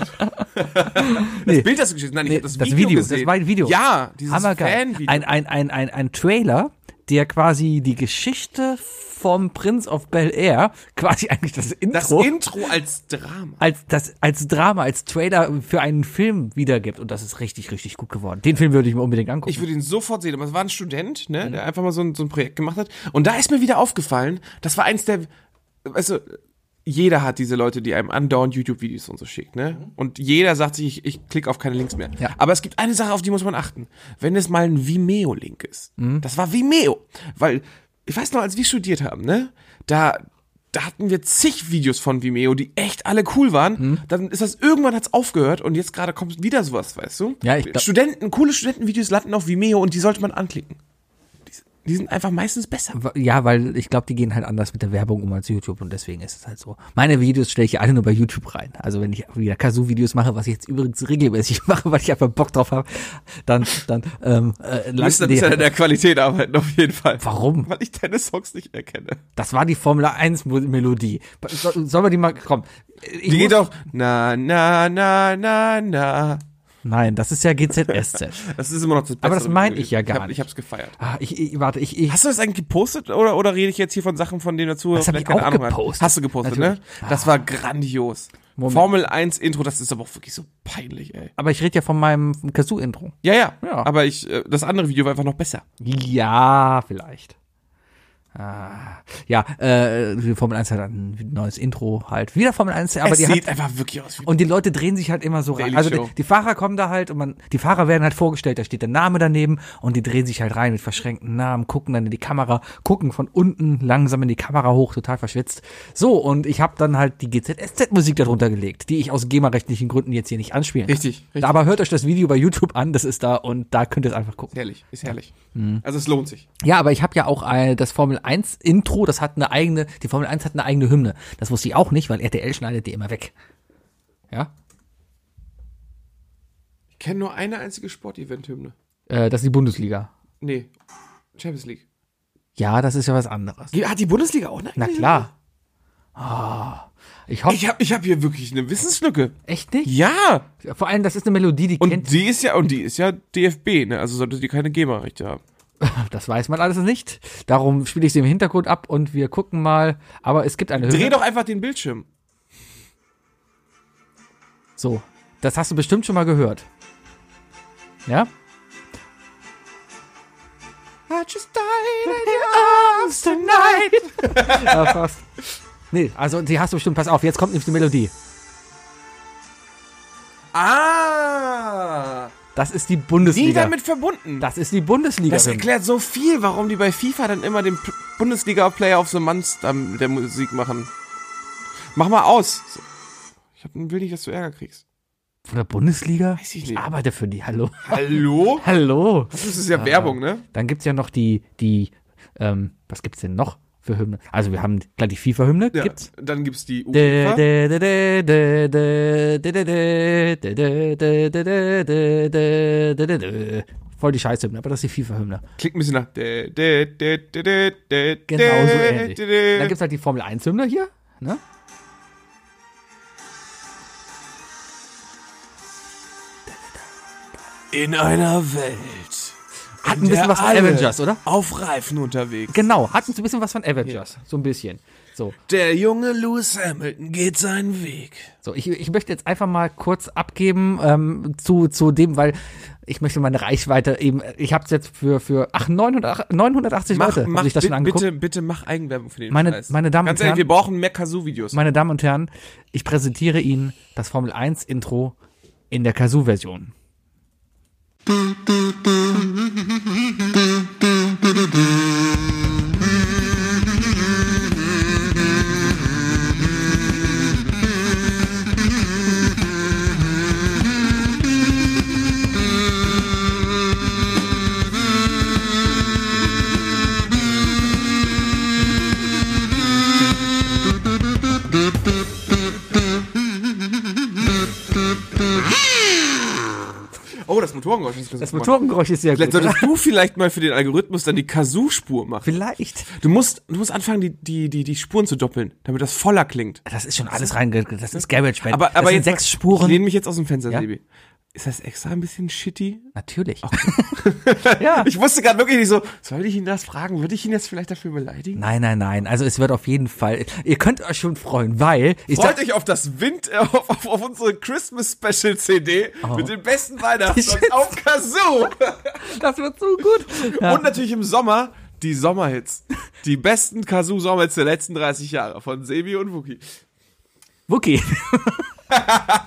Speaker 3: Das Bild hast du geschickt. Nein, ich
Speaker 2: Nee,
Speaker 3: hab das Video,
Speaker 2: das Video, das
Speaker 3: gesehen.
Speaker 2: war ein Video.
Speaker 3: Ja, dieses
Speaker 2: Hammergeil.
Speaker 3: Fan-Video.
Speaker 2: Ein, ein, ein, ein, ein Trailer, der quasi die Geschichte vom Prince of Bel Air, quasi eigentlich das
Speaker 3: das
Speaker 2: Intro,
Speaker 3: Intro als Drama.
Speaker 2: als, das, als Drama, als Trailer für einen Film wiedergibt. Und das ist richtig, richtig gut geworden. Den Film würde ich mir unbedingt angucken.
Speaker 3: Ich würde ihn sofort sehen, aber es war ein Student, ne, der einfach mal so ein, so ein Projekt gemacht hat. Und da ist mir wieder aufgefallen, das war eins der, also jeder hat diese Leute, die einem andauernd YouTube-Videos und so schickt, ne? Und jeder sagt sich, ich, ich klicke auf keine Links mehr.
Speaker 4: Mhm. Ja.
Speaker 3: Aber es gibt eine Sache, auf die muss man achten. Wenn es mal ein Vimeo-Link ist.
Speaker 4: Mhm.
Speaker 3: Das war Vimeo. Weil, ich weiß noch, als wir studiert haben, ne? Da, da hatten wir zig Videos von Vimeo, die echt alle cool waren.
Speaker 4: Mhm.
Speaker 3: Dann ist das, irgendwann hat's aufgehört und jetzt gerade kommt wieder sowas, weißt du?
Speaker 4: Ja, ich glaub-
Speaker 3: Studenten, coole Studentenvideos landen auf Vimeo und die sollte man anklicken. Die, die sind einfach meistens besser.
Speaker 2: ja, weil ich glaube, die gehen halt anders mit der Werbung um als YouTube und deswegen ist es halt so. Meine Videos stelle ich alle nur bei YouTube rein. Also wenn ich wieder Kazoo-Videos mache, was ich jetzt übrigens regelmäßig mache, weil ich einfach Bock drauf habe, dann, dann ähm, äh,
Speaker 3: Müsst ihr
Speaker 2: landen die-
Speaker 3: nicht an der Qualität arbeiten, auf jeden Fall.
Speaker 2: Warum?
Speaker 3: Weil ich deine Songs nicht erkenne.
Speaker 2: Das war die Formel 1 Mo- Melodie. So, sollen wir die mal kommen? Ich
Speaker 3: Die
Speaker 2: muss-
Speaker 3: geht auch na, na, na, na, na.
Speaker 2: Nein, das ist ja GZSZ.
Speaker 3: Das ist immer noch das Beste.
Speaker 2: Aber das meine ich ja
Speaker 3: hab-
Speaker 2: gar nicht.
Speaker 3: Ich hab's gefeiert.
Speaker 2: ah, ich, ich warte, ich, ich
Speaker 3: Hast du das eigentlich gepostet oder, oder rede ich jetzt hier von Sachen, von denen dazu
Speaker 2: Das hab ich auch gepostet.
Speaker 3: Hast du gepostet, ne? Das war grandios. Formel 1 Intro, das ist aber auch wirklich so peinlich, ey.
Speaker 2: aber ich rede ja von meinem Kazoo Intro.
Speaker 3: Ja, ja,
Speaker 2: Ja.
Speaker 3: aber ich äh, das andere Video war einfach noch besser.
Speaker 2: Ja, vielleicht. Ah, ja, äh, die Formel 1 hat ein neues Intro halt. Wieder Formel 1, aber
Speaker 3: es
Speaker 2: die
Speaker 3: sieht
Speaker 2: hat,
Speaker 3: einfach wirklich aus wie
Speaker 2: und die Leute drehen sich halt immer so rein.
Speaker 3: Daily
Speaker 2: Also
Speaker 3: Show.
Speaker 2: die, die Fahrer kommen da halt und man, die Fahrer werden halt vorgestellt, da steht der Name daneben und die drehen sich halt rein mit verschränkten Namen, gucken dann in die Kamera, gucken von unten langsam in die Kamera hoch, total verschwitzt. So, und ich habe dann halt die GZSZ-Musik darunter gelegt, die ich aus GEMA-rechtlichen Gründen jetzt hier nicht anspielen kann.
Speaker 3: Richtig, richtig.
Speaker 2: Aber hört euch das Video bei YouTube an, das ist da und da könnt ihr es einfach gucken.
Speaker 3: herrlich, ist herrlich.
Speaker 2: Mhm.
Speaker 3: Also es lohnt sich.
Speaker 2: Ja, aber ich habe ja auch äh, das Formel 1 Intro, das hat eine eigene, die Formel 1 hat eine eigene Hymne. Das wusste ich auch nicht, weil RTL schneidet die immer weg. Ja?
Speaker 3: Ich kenne nur eine einzige Sportevent-Hymne.
Speaker 4: Äh, das ist die Bundesliga.
Speaker 3: Nee, Champions League.
Speaker 2: Ja, das ist ja was anderes.
Speaker 3: Hat die Bundesliga auch? ne?
Speaker 2: Na klar. Ah, ich hoffe
Speaker 3: Ich habe ich hab hier wirklich eine Wissenslücke.
Speaker 2: echt nicht.
Speaker 3: Ja,
Speaker 2: Vor allem, das ist eine Melodie, die
Speaker 3: und
Speaker 2: kennt
Speaker 3: die ist ja und die ist ja DFB, ne? Also sollte die keine GEMA-Rechte haben.
Speaker 2: das weiß man alles nicht. Darum spiele ich sie im Hintergrund ab und wir gucken mal, aber es gibt eine Hymne.
Speaker 3: Dreh doch einfach den Bildschirm.
Speaker 2: So, das hast du bestimmt schon mal gehört. Ja?
Speaker 3: I just died in your arms tonight.
Speaker 2: Ja, fast. Nee, also die hast du bestimmt, pass auf, jetzt kommt nämlich die Melodie.
Speaker 3: Ah!
Speaker 2: Das ist die
Speaker 3: Die
Speaker 2: Bundesliga.
Speaker 3: damit verbunden.
Speaker 2: Das ist die Bundesliga.
Speaker 3: Das erklärt so viel, warum die bei FIFA dann immer den P- Bundesliga-Player auf so Manns dann mit der Musik machen. Mach mal aus. So. Ich hab, will nicht, dass du Ärger kriegst.
Speaker 2: Von der Bundesliga?
Speaker 3: Weiß ich nicht.
Speaker 2: arbeite für die, hallo.
Speaker 3: Hallo?
Speaker 2: Hallo.
Speaker 3: Das ist ja Werbung, ne?
Speaker 2: Dann gibt's ja noch die, die, ähm, was gibt's denn noch für Hymne? Also wir haben, klar, die FIFA-Hymne
Speaker 3: Ja,
Speaker 2: gibt's.
Speaker 3: Dann gibt's die
Speaker 2: Dä,
Speaker 3: UEFA.
Speaker 2: dä, dä, dä, dä, dä, dä, dä, dä, dä, dä, dä, dä, dä, dä, dä, dä, dä. Voll die Scheißhymne, aber das ist die FIFA-Hymne.
Speaker 3: Klingt ein bisschen nach. Dä, dä, dä, dä, dä, dä,
Speaker 2: Genau so
Speaker 3: dä,
Speaker 2: ähnlich.
Speaker 3: dä, dä.
Speaker 2: Dann gibt's halt die Formel-1-Hymne hier, ne?
Speaker 3: In einer Welt.
Speaker 2: Hat ein
Speaker 3: in
Speaker 2: bisschen
Speaker 3: der
Speaker 2: was von
Speaker 3: alle
Speaker 2: Avengers, oder?
Speaker 3: Auf Reifen unterwegs.
Speaker 2: Genau, hat ein bisschen was von Avengers. So ein bisschen. So,
Speaker 3: Der junge Lewis Hamilton geht seinen Weg.
Speaker 2: so ich, ich möchte jetzt einfach mal kurz abgeben ähm, zu, zu dem, weil ich möchte meine Reichweite eben, ich habe es jetzt für, für ach, 900, 980 Leute, haben sich das schon
Speaker 3: bi-
Speaker 2: angeguckt.
Speaker 3: bitte, bitte mach Eigenwerbung für den
Speaker 2: Meine-
Speaker 3: Scheiß.
Speaker 2: meine Damen
Speaker 3: Ganz
Speaker 2: und
Speaker 3: ehrlich,
Speaker 2: Herren.
Speaker 3: wir brauchen mehr Kazoo-Videos.
Speaker 2: Meine Damen und Herren, ich präsentiere Ihnen das Formel 1 Intro in der Kazoo-Version.
Speaker 3: Oh, das Motorengeräusch ist
Speaker 2: Das Motorengeräusch ist sehr
Speaker 3: Vielleicht
Speaker 2: gut.
Speaker 3: solltest du vielleicht mal für den Algorithmus dann die Kazoo-Spur machen.
Speaker 2: Vielleicht.
Speaker 3: Du musst, du musst anfangen, die, die, die, die Spuren zu doppeln, damit das voller klingt.
Speaker 2: Das ist schon alles reingegangen. Das ist GarageBand.
Speaker 3: Aber, aber
Speaker 2: das sind
Speaker 3: jetzt
Speaker 2: sechs
Speaker 3: Ich
Speaker 2: Spuren.
Speaker 3: lehne mich jetzt aus dem Fenster,
Speaker 2: Ja?
Speaker 3: Sebi. Ist das extra ein bisschen shitty?
Speaker 2: Natürlich. ja.
Speaker 3: Ich wusste gerade wirklich nicht so, soll ich ihn das fragen? Würde ich ihn jetzt vielleicht dafür beleidigen?
Speaker 2: Nein, nein, nein. Also es wird auf jeden Fall. Ihr könnt euch schon freuen, weil ich
Speaker 3: Freut
Speaker 2: sag,
Speaker 3: euch auf das Wind, äh, auf, auf, auf unsere Christmas Special CD
Speaker 2: Oh.
Speaker 3: mit den besten Weihnachtssongs
Speaker 2: Shit.
Speaker 3: auf Kazoo.
Speaker 2: das wird so gut. Ja.
Speaker 3: Und natürlich im Sommer die Sommerhits. Die besten Kazoo-Sommerhits der letzten 30 Jahre von Sebi und Wookie.
Speaker 2: Wookie.
Speaker 3: Da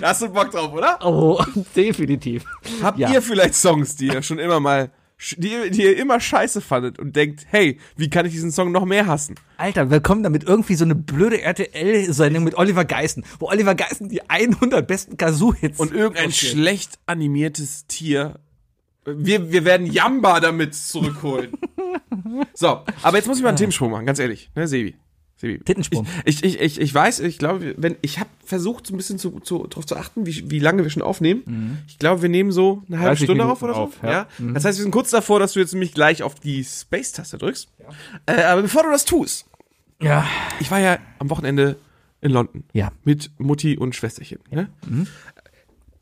Speaker 3: hast du Bock drauf, oder?
Speaker 2: Oh, definitiv.
Speaker 3: Habt
Speaker 2: Ja.
Speaker 3: ihr vielleicht Songs, die ihr schon immer mal, sch- die, ihr- die ihr immer scheiße fandet und denkt, hey, wie kann ich diesen Song noch mehr hassen?
Speaker 2: Alter, wir kommen damit irgendwie so eine blöde RTL-Sendung mit Oliver Geissen, wo Oliver Geissen die 100 besten Kazoo-Hits
Speaker 3: Und irgendein
Speaker 2: auswählt.
Speaker 3: schlecht animiertes Tier. Wir, wir werden Jamba damit zurückholen. so, aber jetzt muss ich mal einen Themensprung machen, ganz ehrlich, ne, Sebi. Sebi.
Speaker 2: Tittensprung.
Speaker 3: Ich, ich, ich, ich weiß, ich glaube, wenn ich habe versucht, so ein bisschen zu, zu, darauf zu achten, wie, wie lange wir schon aufnehmen. Ich glaube, wir nehmen so eine halbe
Speaker 4: 30
Speaker 3: Stunde
Speaker 4: Minuten
Speaker 3: auf oder so.
Speaker 4: auf,
Speaker 3: ja. Mhm.
Speaker 4: ja.
Speaker 3: Das heißt, wir sind kurz davor, dass du jetzt nämlich gleich auf die Space-Taste drückst. Äh, aber bevor du das tust,
Speaker 2: Ja.
Speaker 3: ich war ja am Wochenende in London.
Speaker 2: Ja.
Speaker 3: Mit Mutti und Schwesterchen. Ne?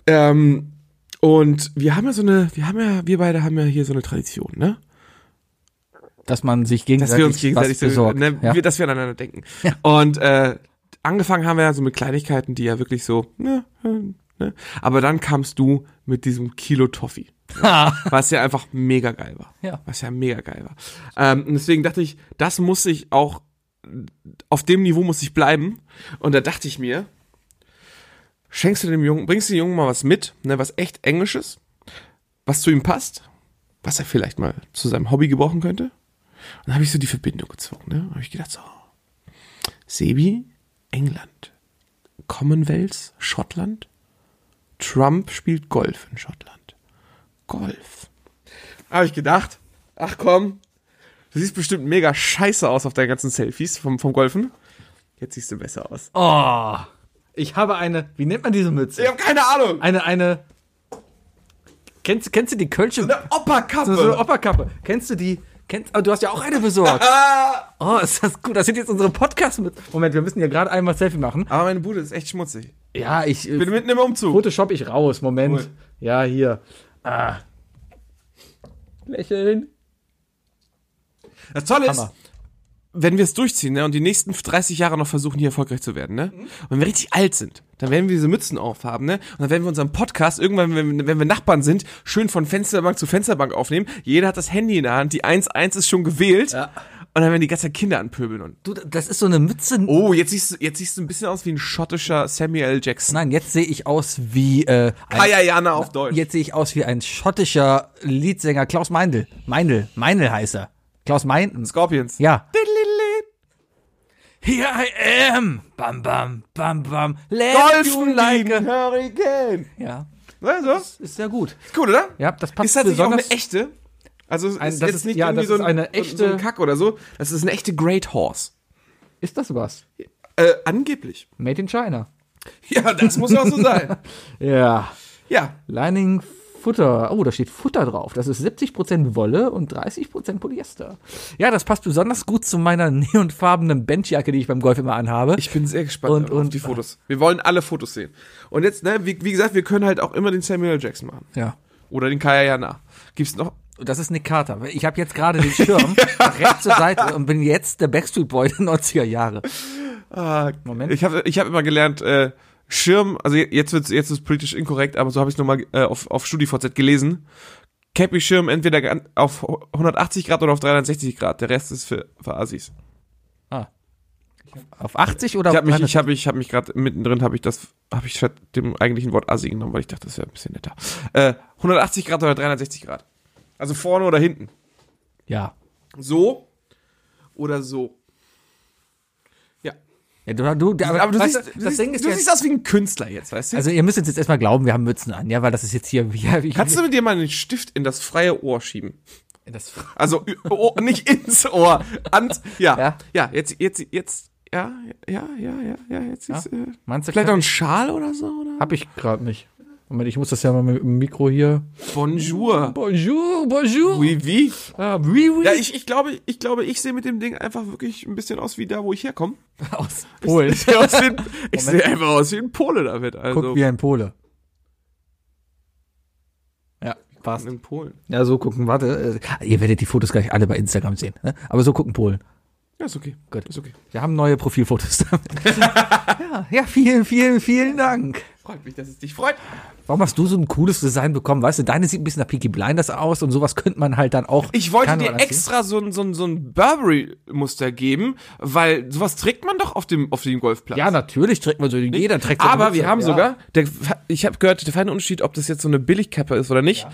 Speaker 3: Ähm, und wir haben ja so eine, wir haben ja, wir beide haben ja hier so eine Tradition, ne?
Speaker 2: Dass man sich
Speaker 3: Dass
Speaker 2: gegenseitig,
Speaker 3: wir uns gegenseitig
Speaker 2: was besorgt.
Speaker 3: ne,
Speaker 2: ja.
Speaker 3: wir, dass wir aneinander denken. Und äh, angefangen haben wir ja so mit Kleinigkeiten, die ja wirklich so, ne, hm, ne? Aber dann kamst du mit diesem Kilo Toffee. ne, Was ja einfach mega geil war.
Speaker 2: Ja.
Speaker 3: Was ja mega geil war. Ähm, und deswegen dachte ich, das muss ich auch, auf dem Niveau muss ich bleiben. Und da dachte ich mir, schenkst du dem Jungen, bringst du dem Jungen mal was mit, ne, was echt Englisches, was zu ihm passt, was er vielleicht mal zu seinem Hobby gebrauchen könnte. Und dann habe ich so die Verbindung gezogen, ne? Habe ich gedacht, so, Sebi, England, Commonwealth, Schottland, Trump spielt Golf in Schottland. Golf. Habe ich gedacht, ach komm, du siehst bestimmt mega scheiße aus auf deinen ganzen Selfies vom, vom Golfen. Jetzt siehst du besser aus.
Speaker 2: Oh, ich habe eine, wie nennt man diese Mütze?
Speaker 3: Ich habe keine Ahnung.
Speaker 2: Eine, eine, kennst, kennst du die Kölsche, so
Speaker 3: Eine Opperkappe.
Speaker 2: so eine Opperkappe, kennst du die, kennst, oh, du hast ja auch eine besorgt.
Speaker 3: Ah!
Speaker 2: Oh, ist das gut, das sind jetzt unsere Podcasts mit. Moment, wir müssen ja gerade einmal Selfie machen.
Speaker 3: Aber meine Bude ist echt schmutzig.
Speaker 2: Ja, ich, äh,
Speaker 3: Bin mitten im Umzug.
Speaker 2: Photoshop ich raus, Moment.
Speaker 3: Cool.
Speaker 2: Ja, hier. Ah. Lächeln.
Speaker 3: Das Tolle ist,
Speaker 2: Hammer.
Speaker 3: wenn wir es durchziehen ne, und die nächsten 30 Jahre noch versuchen, hier erfolgreich zu werden,
Speaker 2: Mhm.
Speaker 3: ne? Und wenn wir richtig alt sind, dann werden wir diese Mützen aufhaben, ne? Und dann werden wir unseren Podcast irgendwann, wenn, wir- wenn wir Nachbarn sind, schön von Fensterbank zu Fensterbank aufnehmen. Jeder hat das Handy in der Hand, die 1-1 ist schon gewählt. Und dann werden die ganzen Kinder anpöbeln und.
Speaker 2: Du, das ist so eine Mütze.
Speaker 3: Oh, jetzt siehst du, jetzt siehst du ein bisschen aus wie ein schottischer Samuel L. Jackson.
Speaker 2: Nein, jetzt sehe ich aus wie äh, ein,
Speaker 3: Kayayana auf Deutsch.
Speaker 2: jetzt sehe ich aus wie ein schottischer Liedsänger Klaus Meindl. Meindl, Meindl heißt er. Klaus Meindl.
Speaker 3: Scorpions.
Speaker 2: Ja. Here I am. Bam bam bam bam. Let
Speaker 3: Golfen
Speaker 2: you like.
Speaker 3: wie ein
Speaker 2: a-
Speaker 3: Hurricane.
Speaker 2: Ja,
Speaker 3: Ne, so?
Speaker 2: ist sehr gut.
Speaker 3: Ist cool, oder?
Speaker 2: Ja, das passt
Speaker 3: Ist tatsächlich auch
Speaker 2: besonders.
Speaker 3: eine echte. Also es ist
Speaker 2: Ein- das
Speaker 3: jetzt
Speaker 2: ist-
Speaker 3: nicht
Speaker 2: ja,
Speaker 3: irgendwie
Speaker 2: das
Speaker 3: so ein,
Speaker 2: ist eine
Speaker 3: so- so
Speaker 2: echte-
Speaker 3: ein Kack oder so. Das ist eine echte Great Horse.
Speaker 4: Ist das was?
Speaker 3: Äh, angeblich.
Speaker 4: Made in China.
Speaker 3: Ja, das muss auch so sein.
Speaker 4: Ja.
Speaker 3: Ja.
Speaker 4: Lining Futter. Oh, da steht Futter drauf. Das ist 70% Wolle und 30% Polyester.
Speaker 2: Ja, das passt besonders gut zu meiner neonfarbenen Bandjacke, die ich beim Golf immer anhabe.
Speaker 3: Ich bin sehr gespannt
Speaker 2: Und-
Speaker 3: auf
Speaker 2: und-
Speaker 3: die Fotos. Wir wollen alle Fotos sehen. Und jetzt, ne, wie, wie gesagt, wir können halt auch immer den Samuel Jackson machen.
Speaker 2: ja.
Speaker 3: Oder den Kaya Jana. Gibt's noch.
Speaker 2: Das ist Nick Carter. Ich habe jetzt gerade den Schirm rechts zur Seite und bin jetzt der Backstreet Boy der 90er Jahre.
Speaker 3: Ah,
Speaker 2: Moment.
Speaker 3: Ich habe ich hab immer gelernt, äh, Schirm, also je- jetzt wird's jetzt ist politisch inkorrekt, aber so habe ich es nochmal äh, auf, auf StudiVZ gelesen. Cappy Schirm entweder gan- auf 180 Grad oder auf 360 Grad. Der Rest ist für, für Asis.
Speaker 2: Auf 80 oder
Speaker 3: Ich habe mich, ich hab, ich hab mich gerade mittendrin, habe ich das, habe ich statt dem eigentlichen Wort Asi genommen, weil ich dachte, das wäre ein bisschen netter. Äh, 180 Grad oder 360 Grad. Also vorne oder hinten.
Speaker 2: ja.
Speaker 3: So oder so. Ja.
Speaker 2: ja. Du, du, du- aber, aber du
Speaker 3: Weißt
Speaker 2: siehst,
Speaker 3: du,
Speaker 2: das Ding ist
Speaker 3: du
Speaker 2: ja-
Speaker 3: siehst aus wie ein Künstler jetzt, weißt du?
Speaker 2: also ihr müsst uns jetzt erstmal glauben, wir haben Mützen an, ja, weil das ist jetzt hier, ja, ich,
Speaker 3: Kannst du mit dir mal einen Stift in das freie Ohr schieben?
Speaker 2: das,
Speaker 3: Also ü- Ohr, nicht ins Ohr, ans, ja,
Speaker 2: Ja.
Speaker 3: ja, jetzt, jetzt, jetzt, ja, ja, ja, ja, ja, jetzt ist, äh,
Speaker 2: meinst du,
Speaker 3: vielleicht noch ein Schal oder so, oder?
Speaker 4: Hab ich gerade nicht. Moment, ich muss das ja mal mit dem Mikro hier.
Speaker 3: Bonjour.
Speaker 4: Bonjour, bonjour.
Speaker 3: Oui, oui.
Speaker 4: Ah, oui, oui.
Speaker 3: Ja, ich, ich glaube, ich glaube, ich sehe mit dem Ding einfach wirklich ein bisschen aus wie da, wo ich herkomme.
Speaker 2: aus Polen?
Speaker 3: Ich sehe aus wie ein- ich sehe einfach aus wie ein Pole damit, also.
Speaker 2: Guck wie ein Pole. Ja, passt.
Speaker 3: in Polen.
Speaker 2: Ja, so gucken, warte. äh, Ihr werdet die Fotos gleich alle bei Instagram sehen. Ne? Aber so gucken Polen.
Speaker 3: Ja, ist okay.
Speaker 2: Gut.
Speaker 3: Ist okay.
Speaker 2: Wir haben neue Profilfotos. ja, ja, vielen, vielen, vielen Dank.
Speaker 3: Freut mich, dass es dich freut.
Speaker 2: Warum hast du so ein cooles Design bekommen? Weißt du, deine sieht ein bisschen nach Peaky Blinders aus und sowas könnte man halt dann auch.
Speaker 3: Ich wollte
Speaker 2: kann man
Speaker 3: dir
Speaker 2: anziehen.
Speaker 3: extra so ein, so ein, so ein Burberry-Muster geben, weil sowas trägt man doch auf dem, auf dem Golfplatz.
Speaker 2: Ja, natürlich trägt man so. Jeder trägt so eine
Speaker 3: Aber wir
Speaker 2: Mütze,
Speaker 3: haben
Speaker 2: ja.
Speaker 3: sogar, der, ich habe gehört, der feine Unterschied, ob das jetzt so eine Billigkappe ist oder nicht,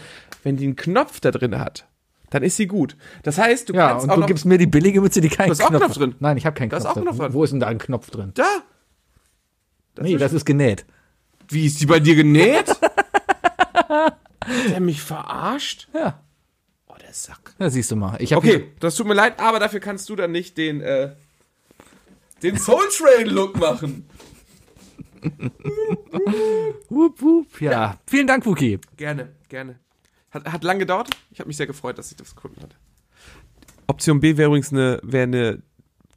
Speaker 3: wenn die einen Knopf da drin hat, dann ist sie gut. Das heißt, du
Speaker 4: ja,
Speaker 3: kannst
Speaker 4: und
Speaker 3: auch
Speaker 4: du
Speaker 3: noch,
Speaker 2: Gibst mir die billige Mütze, die keinen
Speaker 3: Da ist auch
Speaker 2: Knopf.
Speaker 3: Knopf drin.
Speaker 4: Nein, ich habe keinen
Speaker 3: Da
Speaker 4: Knopf.
Speaker 3: ist auch Knopf
Speaker 4: drin.
Speaker 3: drin.
Speaker 4: Wo ist denn da ein Knopf drin?
Speaker 3: da. Das
Speaker 2: Nee,
Speaker 3: ist-
Speaker 2: das ist genäht.
Speaker 3: wie ist die bei dir genäht? der mich verarscht?
Speaker 2: Ja.
Speaker 3: Oh, der Sack.
Speaker 2: Ja, siehst du mal. Ich hab
Speaker 3: Okay, das tut mir leid, aber dafür kannst du dann nicht den, äh, den Soul Train Look machen.
Speaker 2: Wup, wup, ja. Vielen Dank, Wookie.
Speaker 3: Gerne, gerne. Hat, hat lang gedauert. Ich habe mich sehr gefreut, dass ich das gefunden hatte. Option B wäre übrigens eine, wäre eine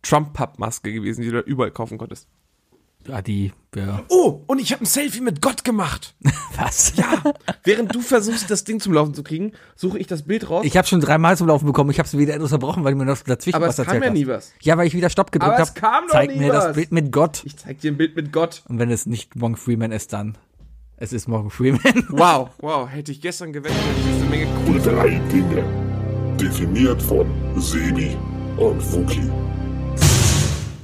Speaker 3: Trump-Pub-Maske gewesen, die du da überall kaufen konntest.
Speaker 2: Ja, die. Ja.
Speaker 3: Oh, und ich habe ein Selfie mit Gott gemacht.
Speaker 2: Was?
Speaker 3: Ja. Während du versuchst, das Ding zum Laufen zu kriegen, suche ich das Bild raus.
Speaker 2: Ich habe schon dreimal zum Laufen bekommen. Ich habe es wieder etwas verbrochen, weil du mir noch dazwischen
Speaker 3: aber
Speaker 2: was
Speaker 3: es
Speaker 2: erzählt
Speaker 3: kam ja
Speaker 2: hast.
Speaker 3: nie was.
Speaker 2: Ja, weil ich wieder Stopp gedrückt
Speaker 3: Aber es
Speaker 2: habe.
Speaker 3: kam doch
Speaker 2: Zeig
Speaker 3: nie
Speaker 2: mir das
Speaker 3: was.
Speaker 2: Bild mit Gott.
Speaker 3: Ich zeig dir ein Bild mit Gott.
Speaker 2: Und wenn es nicht Morgan Freeman ist, dann es ist Morgan Freeman.
Speaker 3: Wow, wow, hätte ich gestern gewettet, hätte ich jetzt eine Menge Kohle.
Speaker 5: Die drei Dinge. Definiert von Sebi und Wookie.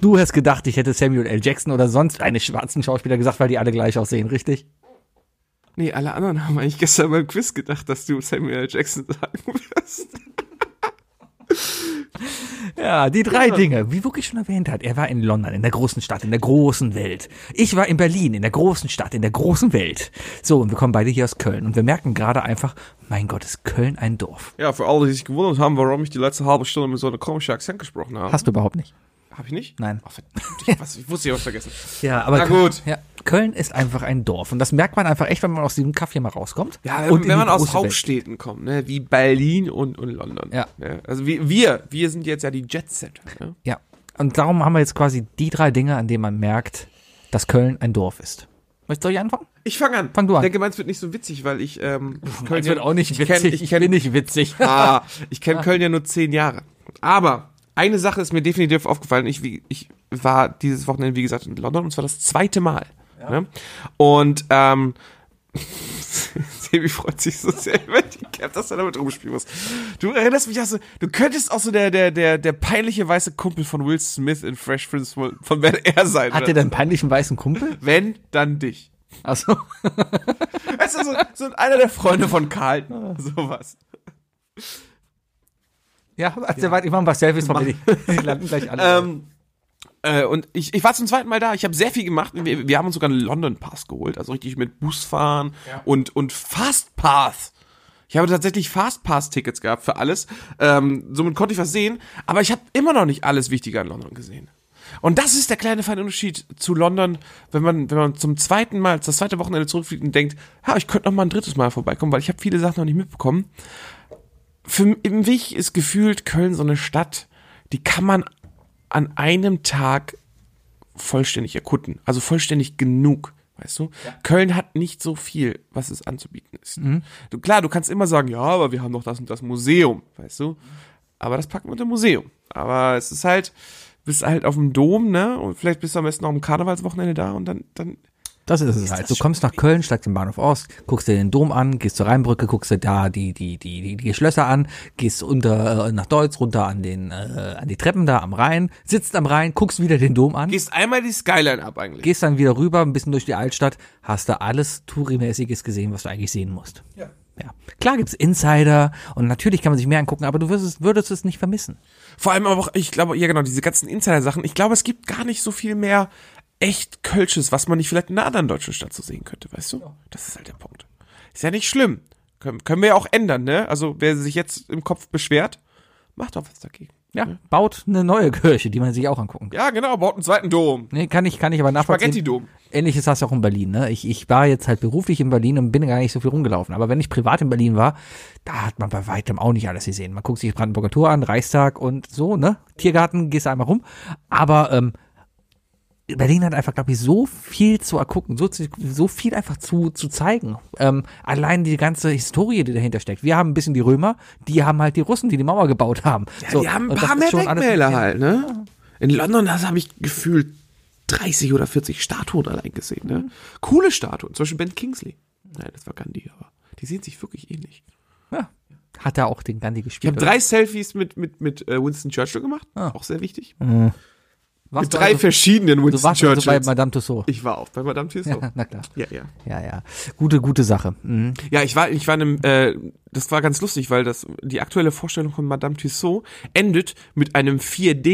Speaker 2: Du hast gedacht, ich hätte Samuel L. Jackson oder sonst einen schwarzen Schauspieler gesagt, weil die alle gleich aussehen, richtig?
Speaker 3: Nee, alle anderen haben eigentlich gestern beim Quiz gedacht, dass du Samuel L. Jackson sagen wirst.
Speaker 2: Ja, die drei Dinge, wie wirklich schon erwähnt hat. Er war in London, in der großen Stadt, in der großen Welt. Ich war in Berlin, in der großen Stadt, in der großen Welt. So, und wir kommen beide hier aus Köln. Und wir merken gerade einfach, mein Gott, ist Köln ein Dorf.
Speaker 3: Ja, für alle, die sich gewundert haben, warum ich die letzte halbe Stunde mit so einem komischen Akzent gesprochen habe.
Speaker 2: Hast du überhaupt nicht.
Speaker 3: Hab ich nicht?
Speaker 2: Nein.
Speaker 3: Oh, verdammt, ich, was, ich wusste, ich was vergessen.
Speaker 2: Ja, aber
Speaker 3: Na gut.
Speaker 2: Ja, Köln ist einfach ein Dorf. Und das merkt man einfach echt, wenn man aus diesem Kaffee mal rauskommt.
Speaker 3: Ja,
Speaker 2: und
Speaker 3: wenn,
Speaker 2: in
Speaker 3: wenn
Speaker 2: die
Speaker 3: man aus
Speaker 2: große Welt.
Speaker 3: Hauptstädten kommt, ne, wie Berlin und, und London.
Speaker 2: Ja.
Speaker 3: Also wir, wir, wir sind jetzt ja die Jet Set. Ne?
Speaker 2: Ja. Und darum haben wir jetzt quasi die drei Dinge, an denen man merkt, dass Köln ein Dorf ist. Möchtest du hier anfangen?
Speaker 3: Ich fange an.
Speaker 2: Fang du an.
Speaker 3: Ich denke, meins wird nicht so witzig, weil ich ähm, Köln
Speaker 2: nicht
Speaker 3: kenn- witzig. ich Ich kenn- bin
Speaker 2: nicht witzig.
Speaker 3: Ah, ich kenne Köln ja nur zehn Jahre. Aber eine Sache ist mir definitiv aufgefallen. Ich, wie- ich war dieses Wochenende, wie gesagt, in London und zwar das zweite Mal. Ne? Und ähm, Sebi freut sich so sehr über die Cap, dass er damit rumspielen muss. Du erinnerst mich auch so, du könntest auch so der, der, der, der peinliche weiße Kumpel von Will Smith in Fresh Prince von Bel Air sein.
Speaker 2: Hat er
Speaker 3: oder?
Speaker 2: denn einen peinlichen weißen Kumpel? Also,
Speaker 3: Wenn, dann dich.
Speaker 2: Achso.
Speaker 3: Weißt du, so, so einer der Freunde von
Speaker 2: Ah.
Speaker 3: Carlton. Sowas.
Speaker 2: Ja, als der weit, ich mache ein paar Selfies von mir. Die landen gleich alle.
Speaker 3: Ähm, äh, und ich, ich war zum zweiten Mal da. Ich habe sehr viel gemacht. Wir, wir haben uns sogar einen London Pass geholt, also richtig mit Bus fahren und und Fast Pass. Ich habe tatsächlich Fastpass-Tickets gehabt für alles. Ähm, somit konnte ich was sehen. Aber ich habe immer noch nicht alles Wichtige an London gesehen. Und das ist der kleine feine Unterschied zu London, wenn man, wenn man zum zweiten Mal, das zweite Wochenende zurückfliegt und denkt, ha, ich könnte noch mal ein drittes Mal vorbeikommen, weil ich habe viele Sachen noch nicht mitbekommen. Für mich ist gefühlt Köln so eine Stadt, die kann man an einem Tag vollständig erkunden. Also vollständig genug. Weißt du? Köln hat nicht so viel, was es anzubieten ist. Du, klar, du kannst immer sagen, ja, aber wir haben noch das und das Museum, weißt du? Aber das packen wir unter Museum. Aber es ist halt, bist halt auf dem Dom, ne? Und vielleicht bist du am besten noch am Karnevalswochenende da und dann, dann
Speaker 2: Das ist es halt. Du kommst nach Köln, steigst im Bahnhof aus, guckst dir den Dom an, gehst zur Rheinbrücke, guckst dir da die, die, die, die, die Schlösser an, gehst unter äh, nach Deutz, runter an den äh, an die Treppen da am Rhein, sitzt am Rhein, guckst wieder den Dom an,
Speaker 3: gehst einmal die Skyline ab eigentlich.
Speaker 2: gehst dann wieder rüber, ein bisschen durch die Altstadt, hast da alles Touri-mäßiges gesehen, was du eigentlich sehen musst. Ja. Ja. Klar gibt's Insider und natürlich kann man sich mehr angucken, aber du würdest, es- würdest es nicht vermissen.
Speaker 3: Vor allem aber auch, ich glaube, ja genau, diese ganzen Insider-Sachen. Ich glaube, es gibt gar nicht so viel mehr echt Kölsches, was man nicht vielleicht in einer anderen deutschen Stadt so sehen könnte, weißt du? Das ist halt der Punkt. Ist ja nicht schlimm. Können, können wir ja auch ändern, ne? Also, wer sich jetzt im Kopf beschwert, macht doch was dagegen.
Speaker 2: Ja, Hm. baut eine neue Kirche, die man sich auch angucken kann.
Speaker 3: Ja, genau, baut einen zweiten Dom.
Speaker 2: Nee, kann ich, kann ich aber nachvollziehen.
Speaker 3: Spaghetti-Dom.
Speaker 2: Ähnliches hast du auch in Berlin, ne? Ich, ich war jetzt halt beruflich in Berlin und bin gar nicht so viel rumgelaufen. Aber wenn ich privat in Berlin war, da hat man bei weitem auch nicht alles gesehen. Man guckt sich Brandenburger Tor an, Reichstag und so, ne? Tiergarten, gehst einmal rum. Aber ähm, Berlin hat einfach, glaube ich, so viel zu ergucken, so, zu- so viel einfach zu, zu zeigen. Ähm, allein die ganze Historie, die dahinter steckt. Wir haben ein bisschen die Römer, die haben halt die Russen, die die Mauer gebaut haben. Ja,
Speaker 3: Die haben ein paar mehr Denkmäler halt, ne? In London habe ich gefühlt 30 oder 40 Statuen allein gesehen, ne? Coole Statuen, zum Beispiel Ben Kingsley. Nein, das war Gandhi, aber die sehen sich wirklich ähnlich.
Speaker 2: Ja. Hat er auch den Gandhi
Speaker 3: Ich
Speaker 2: gespielt.
Speaker 3: habe
Speaker 2: oder?
Speaker 3: drei Selfies mit, mit, mit äh, Winston Churchill gemacht. Auch sehr wichtig.
Speaker 2: Ah. Mhm. Warst
Speaker 3: mit
Speaker 2: du
Speaker 3: drei
Speaker 2: also-
Speaker 3: verschiedenen
Speaker 2: Du
Speaker 3: Winston
Speaker 2: warst also bei
Speaker 3: Churchills.
Speaker 2: Madame Tussauds.
Speaker 3: ich war auch bei Madame Tussauds.
Speaker 2: Ja, na klar.
Speaker 3: Ja, ja.
Speaker 2: Ja, ja. Gute, gute Sache. Mhm.
Speaker 3: Ja, ich war, ich war in einem, äh, das war ganz lustig, weil das, die aktuelle Vorstellung von Madame Tussauds endet mit einem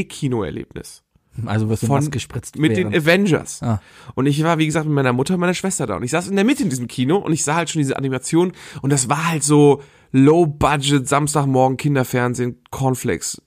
Speaker 3: 4D-Kinoerlebnis.
Speaker 2: Also wirst du
Speaker 3: Von-
Speaker 2: nass gespritzt
Speaker 3: Mit den
Speaker 2: werden.
Speaker 3: Avengers.
Speaker 2: Ah.
Speaker 3: Und ich war, wie gesagt, mit meiner Mutter und meiner Schwester da. Und ich saß in der Mitte in diesem Kino und ich sah halt schon diese Animation und das war halt so Low-Budget, Samstagmorgen, Kinderfernsehen, Cornflakes.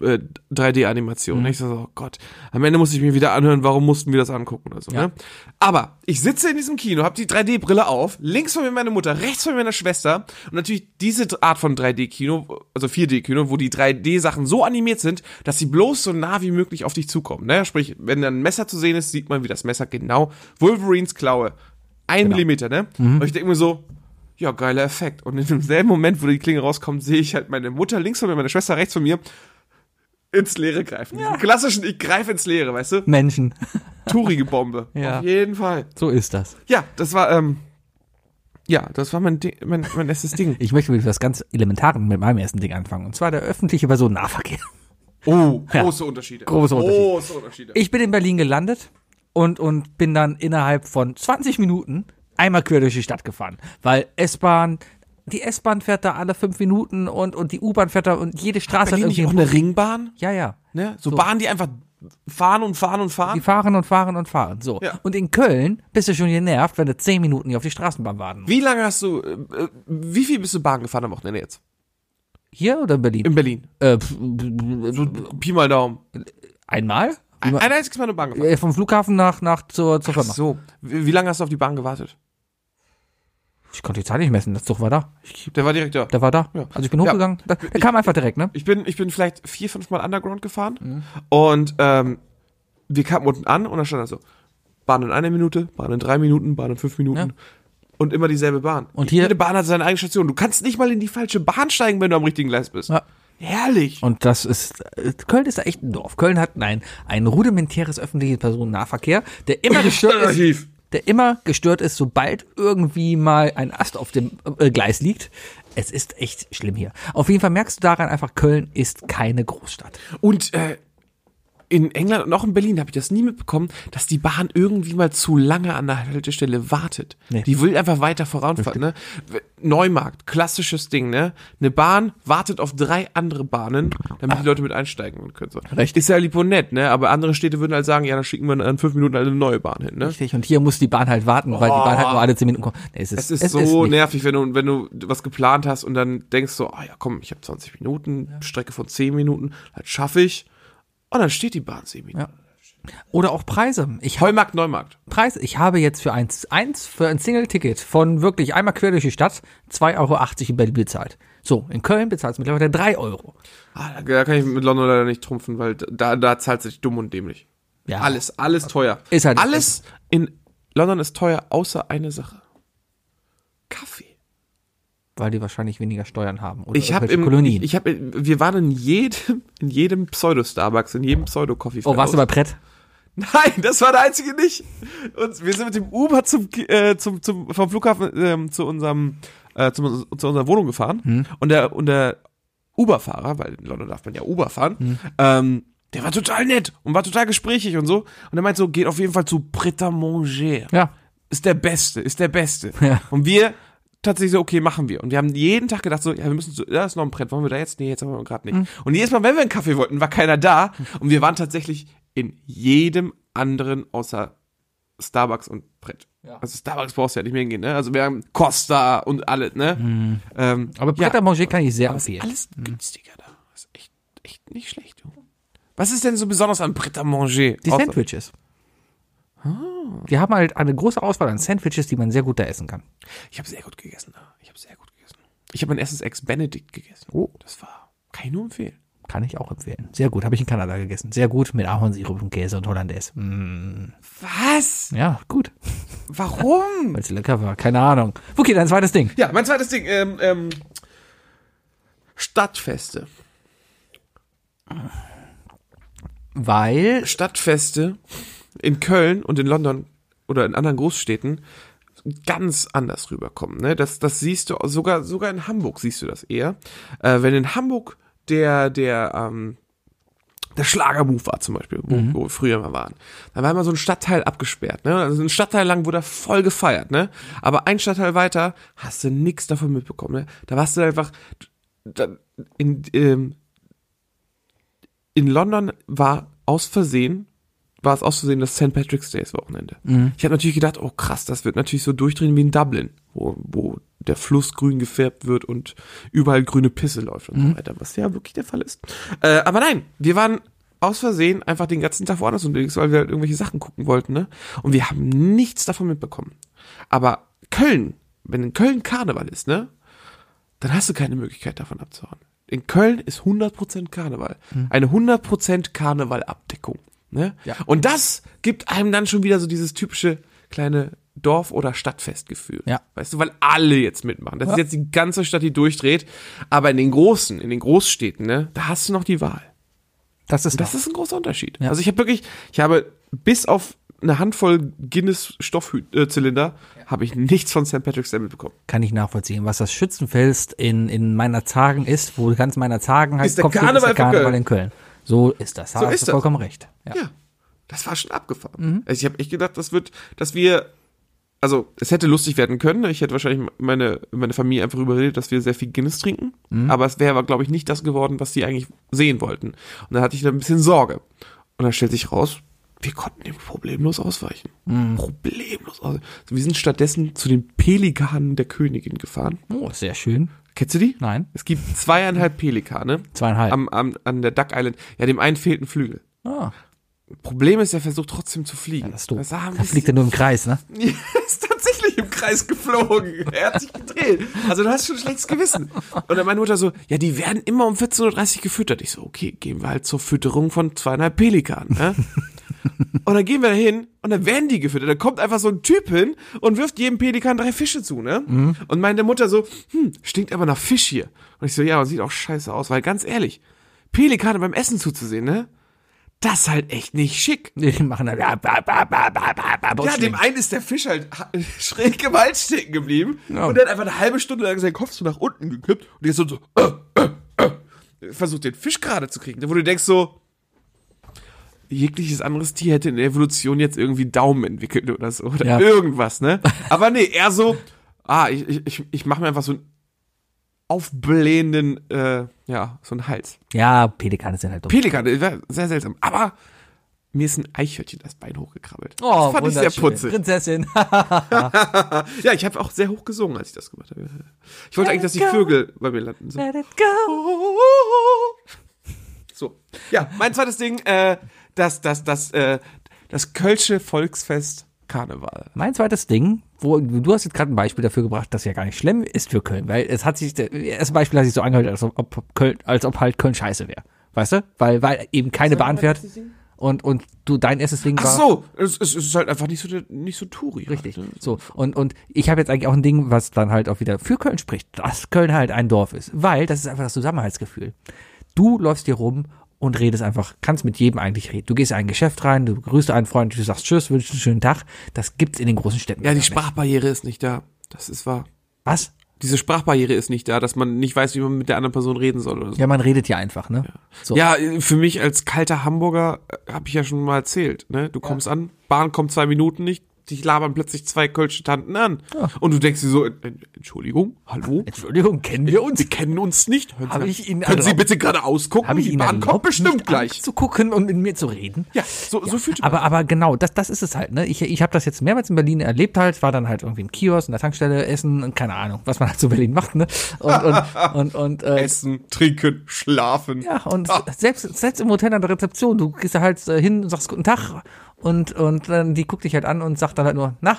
Speaker 3: äh, 3D-Animation. Ich so, oh Gott. Am Ende musste ich mir wieder anhören, warum mussten wir das angucken oder so. Ne? Aber ich sitze in diesem Kino, habe die 3D-Brille auf, links von mir meine Mutter, rechts von mir meine Schwester und natürlich diese Art von 3D-Kino, also 4D-Kino, wo die 3D-Sachen so animiert sind, dass sie bloß so nah wie möglich auf dich zukommen. Ne? Sprich, wenn da ein Messer zu sehen ist, sieht man, wie das Messer genau Wolverines Klaue. Ein Millimeter, ne? Und ich denke mir so, ja, geiler Effekt. Und in demselben Moment, wo die Klinge rauskommt, sehe ich halt meine Mutter links von mir, meine Schwester rechts von mir ins Leere greifen. Diesen klassischen, ich greife ins Leere, weißt du?
Speaker 2: Menschen.
Speaker 3: Tourige Bombe.
Speaker 2: Ja.
Speaker 3: Auf jeden Fall.
Speaker 2: So ist das.
Speaker 3: Ja, das war, ähm, ja, das war mein, Ding, mein, mein erstes Ding.
Speaker 2: Ich möchte mit was ganz Elementaren mit meinem ersten Ding anfangen. Und zwar der öffentliche Personennahverkehr.
Speaker 3: Oh, große Unterschiede.
Speaker 2: große Unterschiede.
Speaker 3: Große Unterschiede.
Speaker 2: Ich bin in Berlin gelandet und, und bin dann innerhalb von 20 Minuten einmal quer durch die Stadt gefahren. Weil S-Bahn, die S-Bahn fährt da alle fünf Minuten und, und die U-Bahn fährt da und jede Straße
Speaker 3: Berlin nicht auch
Speaker 2: einen
Speaker 3: eine
Speaker 2: Bus.
Speaker 3: Ringbahn?
Speaker 2: Ja, ja.
Speaker 3: Ne? So, Bahnen, die einfach fahren und fahren und
Speaker 2: Die
Speaker 3: fahren.
Speaker 2: fahren und fahren und fahren. So.
Speaker 3: Ja.
Speaker 2: Und in Köln bist du schon genervt, wenn du zehn Minuten hier auf die Straßenbahn warten. musst.
Speaker 3: Wie lange hast du, äh, äh, wie viel bist du Bahn gefahren am Wochenende jetzt?
Speaker 2: Hier oder in Berlin?
Speaker 3: In Berlin.
Speaker 2: Äh, pf- pf-
Speaker 3: So Pi mal Daumen.
Speaker 2: einmal?
Speaker 3: Ein, ein einziges Mal eine Bahn gefahren.
Speaker 2: Äh, Vom Flughafen nach, nach zur, zur Firma.
Speaker 3: So, wie, wie lange hast du auf die Bahn gewartet?
Speaker 2: Ich konnte die Zeit nicht messen, das Zug war da.
Speaker 3: Der war direkt da.
Speaker 2: Der war da.
Speaker 3: Ja.
Speaker 2: Also ich bin
Speaker 3: Ja.
Speaker 2: hochgegangen. Da, der kam einfach direkt, ne?
Speaker 3: Ich bin, ich bin vielleicht vier, fünf Mal Underground gefahren
Speaker 2: Mhm.
Speaker 3: und ähm, wir kamen unten an und da stand da so, Bahn in einer Minute, Bahn in drei Minuten, Bahn in fünf Minuten und immer dieselbe Bahn.
Speaker 2: Und hier-
Speaker 3: Jede Bahn hat seine eigene Station. Du kannst nicht mal in die falsche Bahn steigen, wenn du am richtigen Gleis bist.
Speaker 2: Ja.
Speaker 3: Herrlich.
Speaker 2: Und das ist, äh, Köln ist da echt ein Dorf. Köln hat ein, ein rudimentäres öffentliches Personennahverkehr, der immer gestört ist,
Speaker 3: Archiv.
Speaker 2: der immer gestört ist, sobald irgendwie mal ein Ast auf dem äh, Gleis liegt. Es ist echt schlimm hier. Auf jeden Fall merkst du daran einfach, Köln ist keine Großstadt.
Speaker 3: Und äh, in England und auch in Berlin habe ich das nie mitbekommen, dass die Bahn irgendwie mal zu lange an der Haltestelle wartet.
Speaker 2: Nee.
Speaker 3: Die will einfach weiter voranfahren. Ne? Neumarkt, klassisches Ding. Ne, eine Bahn wartet auf drei andere Bahnen, damit die Leute mit einsteigen können. So.
Speaker 2: Recht.
Speaker 3: Ist ja lieb und nett, ne? Aber andere Städte würden halt sagen, ja, dann schicken wir in fünf Minuten eine neue Bahn hin. Ne?
Speaker 2: Richtig. Und hier muss die Bahn halt warten, weil die Bahn halt nur alle zehn Minuten kommt. Nee, es ist,
Speaker 3: Oh. Es ist
Speaker 2: es
Speaker 3: so
Speaker 2: nicht.
Speaker 3: nervig, wenn du, wenn du was geplant hast und dann denkst du, ah ja, komm, ich habe 20 Minuten, Strecke von 10 Minuten, das schaffe ich. Und dann steht die Bahn 10 Minuten.
Speaker 2: Oder auch Preise. Ich habe
Speaker 3: Heumarkt, Neumarkt.
Speaker 2: Preis, ich habe jetzt für eins, eins für ein Single-Ticket von wirklich einmal quer durch die Stadt 2,80 Euro in Berlin bezahlt. So, in Köln bezahlst du mittlerweile 3 Euro.
Speaker 3: Ah, da, da kann ich mit London leider nicht trumpfen, weil da, da zahlt sich dumm und dämlich.
Speaker 2: Ja.
Speaker 3: Alles, alles teuer.
Speaker 2: Ist halt-
Speaker 3: alles in London ist teuer, außer eine Sache. Kaffee.
Speaker 2: Weil die wahrscheinlich weniger Steuern haben. Oder
Speaker 3: Ich habe
Speaker 2: irgendwelche
Speaker 3: im, ich,
Speaker 2: Kolonien.
Speaker 3: ich hab, in- wir waren in jedem, in jedem Pseudo-Starbucks, in jedem Pseudo-Coffee.
Speaker 2: oh, warst du bei Brett?
Speaker 3: Nein, das war der einzige nicht. Und wir sind mit dem Uber zum, Ki- äh, zum, zum, vom Flughafen ähm, zu unserem, äh, zum, zu unserer Wohnung gefahren. Und der, und der Uber-Fahrer, weil in London darf man ja Uber fahren, ähm, der war total nett und war total gesprächig und so. Und er meint so, geht auf jeden Fall zu Pret à Manger.
Speaker 2: Ja.
Speaker 3: Ist der Beste, ist der Beste.
Speaker 2: Ja.
Speaker 3: Und wir tatsächlich so, okay, machen wir. Und wir haben jeden Tag gedacht so, ja, wir müssen, zu, da ist noch ein Brett, wollen wir da jetzt? Nee, jetzt haben wir gerade
Speaker 2: Mhm.
Speaker 3: nicht. Und jedes Mal, wenn wir einen Kaffee wollten, war keiner da. Und wir waren tatsächlich in jedem anderen außer Starbucks und Brett. Also Starbucks brauchst du ja nicht mehr hingehen, ne? Also wir haben Costa und alles, ne?
Speaker 2: Mhm.
Speaker 3: Ähm,
Speaker 2: Aber Brett à Manger kann ich sehr empfehlen.
Speaker 3: alles günstiger da. Ist echt, echt nicht schlecht, du. Was ist denn so besonders an Brett à Manger?
Speaker 2: Die
Speaker 3: Außer-
Speaker 2: Sandwiches. Die haben halt eine große Auswahl an Sandwiches, die man sehr gut da essen kann.
Speaker 3: Ich habe sehr gut gegessen da. Ich habe sehr gut gegessen. Ich habe mein erstes Ex-Benedict gegessen.
Speaker 2: Oh.
Speaker 3: Das war, kann ich nur empfehlen.
Speaker 2: Kann ich auch empfehlen. Sehr gut, habe ich in Kanada gegessen. Sehr gut mit Ahornsirup und Käse und Hollandaise. Mm,
Speaker 3: Was?
Speaker 2: ja, gut,
Speaker 3: Warum?
Speaker 2: weil es lecker war. Keine Ahnung. Okay, dein zweites Ding.
Speaker 3: Ja, mein zweites Ding, ähm, ähm, Stadtfeste.
Speaker 2: Weil
Speaker 3: Stadtfeste in Köln und in London oder in anderen Großstädten ganz anders rüberkommen. Ne? Das, das siehst du sogar sogar in Hamburg siehst du das eher. Äh, wenn in Hamburg der der ähm, der Schlagermove war zum Beispiel, wo, wo wir früher mal waren. Da war immer so ein Stadtteil abgesperrt, ne? Also ein Stadtteil lang wurde da voll gefeiert, ne? Aber ein Stadtteil weiter hast du nichts davon mitbekommen, ne? Da warst du einfach da, in, ähm, in London war aus Versehen, war es aus Versehen das St. Patrick's Days Wochenende. Ich habe natürlich gedacht, oh krass, das wird natürlich so durchdrehen wie in Dublin, wo, wo der Fluss grün gefärbt wird und überall grüne Pisse läuft und so weiter, was ja wirklich der Fall ist. Äh, aber nein, wir waren aus Versehen einfach den ganzen Tag woanders unterwegs, weil wir halt irgendwelche Sachen gucken wollten, ne? Und wir haben nichts davon mitbekommen. Aber Köln, wenn in Köln Karneval ist, ne? dann hast du keine Möglichkeit davon abzuhauen. In Köln ist 100% Karneval.
Speaker 2: Hm.
Speaker 3: Eine 100% Karneval-Abdeckung. Ne? Und das gibt einem dann schon wieder so dieses typische kleine Dorf- oder Stadtfestgefühl.
Speaker 2: Ja.
Speaker 3: Weißt du, weil alle jetzt mitmachen. Das ist jetzt die ganze Stadt, die durchdreht. Aber in den großen, in den Großstädten, ne, da hast du noch die Wahl.
Speaker 2: das ist
Speaker 3: Das
Speaker 2: das.
Speaker 3: ist ein großer Unterschied.
Speaker 2: Ja.
Speaker 3: Also ich habe wirklich, ich habe bis auf eine Handvoll Guinness-Stoffzylinder, habe ich nichts von St. Patrick's Day mitbekommen.
Speaker 2: Kann ich nachvollziehen, was das Schützenfest in, in meiner Zagen ist, wo ganz meiner Zagen halt
Speaker 3: Ist der Karneval von Köln.
Speaker 2: in Köln. So ist das. So
Speaker 3: ist das.
Speaker 2: vollkommen recht. Ja.
Speaker 3: Ja, das war schon abgefahren. Also ich habe echt gedacht, das wird, dass wir, also es hätte lustig werden können. Ich hätte wahrscheinlich meine, meine Familie einfach überredet, dass wir sehr viel Guinness trinken. Aber es wäre, aber, glaube ich, nicht das geworden, was sie eigentlich sehen wollten. Und da hatte ich ein bisschen Sorge. Und dann stellt sich raus, wir konnten dem problemlos ausweichen. Problemlos ausweichen. Wir sind stattdessen zu den Pelikanen der Königin gefahren.
Speaker 2: Oh, sehr schön.
Speaker 3: Kennst du die?
Speaker 2: Nein.
Speaker 3: Es gibt zweieinhalb Pelikane.
Speaker 2: Zweieinhalb.
Speaker 3: Am, am, an der Duck Island. Ja, dem einen fehlt ein Flügel.
Speaker 2: Ah,
Speaker 3: Problem ist, er versucht trotzdem zu fliegen.
Speaker 2: das ist doof.
Speaker 3: sah ein
Speaker 2: Da fliegt er
Speaker 3: bisschen-
Speaker 2: nur im Kreis, ne?
Speaker 3: er ist tatsächlich im Kreis geflogen. Er hat sich gedreht. Also du hast schon ein schlechtes Gewissen. Und dann meine Mutter so, ja, die werden immer um 14.30 Uhr gefüttert. Ich so, okay, gehen wir halt zur Fütterung von zweieinhalb Pelikanen. Ne? Und dann gehen wir da hin und dann werden die gefüttert. Da kommt einfach so ein Typ hin und wirft jedem Pelikan drei Fische zu, ne? Und meine Mutter so, hm, stinkt aber nach Fisch hier. Und ich so, ja, und sieht auch scheiße aus, weil ganz ehrlich, Pelikane beim Essen zuzusehen, ne? Das ist halt echt nicht schick.
Speaker 2: Die machen dann. Ja, ba, ba, ba, ba, ba, ba,
Speaker 3: Ja, dem einen ist der Fisch halt ha- schräg im Hals stecken geblieben und der hat einfach eine halbe Stunde lang seinen Kopf so nach unten gekippt und der ist so, so äh, äh, äh, versucht den Fisch gerade zu kriegen. Wo du denkst so, jegliches anderes Tier hätte in der Evolution jetzt irgendwie Daumen entwickelt oder so oder
Speaker 2: Ja.
Speaker 3: irgendwas, ne? Aber nee, eher so, ah, ich, ich- ich, ich mache mir einfach so einen aufblähenden, äh, ja, so einen Hals.
Speaker 2: ja, Pelikane sind halt dumm.
Speaker 3: Pelikan, äh, sehr seltsam, aber mir ist ein Eichhörnchen das Bein hochgekrabbelt. das fand ich sehr
Speaker 2: Oh, wunderschön.
Speaker 3: putzig.
Speaker 2: Prinzessin.
Speaker 3: Ja, ich habe auch sehr hoch gesungen, als ich das gemacht habe. Ich wollte eigentlich, dass die Vögel bei mir landen. So.
Speaker 2: Let it go.
Speaker 3: so. Ja, mein zweites Ding, äh, das, das, das, äh, das Kölsche Volksfest Karneval.
Speaker 2: Mein zweites Ding, wo du hast jetzt gerade ein Beispiel dafür gebracht, dass ja gar nicht schlimm ist für Köln, weil es hat sich, das Beispiel hat sich so angehört, als ob Köln, als ob halt Köln scheiße wäre. Weißt du? Weil, weil eben keine Bahn fährt. und, und du, dein erstes Ding war.
Speaker 3: Ach so, es, es es ist halt einfach nicht so, der- nicht so Touri.
Speaker 2: Richtig.
Speaker 3: Halt, ne?
Speaker 2: So. Und, und ich habe jetzt eigentlich auch ein Ding, was dann halt auch wieder für Köln spricht, dass Köln halt ein Dorf ist. Weil das ist einfach das Zusammenhaltsgefühl. Du läufst hier rum und redest einfach, kannst mit jedem eigentlich reden. Du gehst in ein Geschäft rein, du grüßt einen Freund, du sagst Tschüss, wünschst einen schönen Tag. Das gibt's in den großen Städten.
Speaker 3: Ja,
Speaker 2: gar
Speaker 3: die
Speaker 2: nicht.
Speaker 3: Sprachbarriere ist nicht da. Das ist wahr.
Speaker 2: Was?
Speaker 3: Diese Sprachbarriere ist nicht da, dass man nicht weiß, wie man mit der anderen Person reden soll oder so.
Speaker 2: Ja, man redet ja einfach, ne? So.
Speaker 3: Ja, für mich als kalter Hamburger habe ich ja schon mal erzählt. Ne? Du kommst an, Bahn kommt zwei Minuten nicht, dich labern plötzlich zwei kölsche Tanten an. Und du denkst dir so, "Ent- Ent- Entschuldigung, hallo?
Speaker 2: Äh, Entschuldigung, kennen wir uns?
Speaker 3: Sie kennen uns nicht. Hören
Speaker 2: Hab
Speaker 3: Sie,
Speaker 2: ich Ihnen
Speaker 3: können Sie
Speaker 2: erlaubt-
Speaker 3: bitte gerade ausgucken?
Speaker 2: Habe ich
Speaker 3: Die
Speaker 2: ihn
Speaker 3: Bahn kommt
Speaker 2: erlaubt,
Speaker 3: bestimmt
Speaker 2: mich
Speaker 3: gleich.
Speaker 2: anzugucken und mit mir zu reden?
Speaker 3: Ja, so, so fühlt
Speaker 2: Aber, aber genau, das, das ist es halt. Ne? Ich, ich habe das jetzt mehrmals in Berlin erlebt halt, war dann halt irgendwie im Kiosk, in der Tankstelle, Essen und keine Ahnung, was man halt so in Berlin macht. Ne? Und, und, und, und äh,
Speaker 3: Essen, trinken, schlafen.
Speaker 2: ja, und
Speaker 3: Ah.
Speaker 2: selbst, selbst im Hotel an der Rezeption, du gehst da halt äh, hin und sagst guten Tag und, und dann die guckt dich halt an und sagt dann halt nur, na,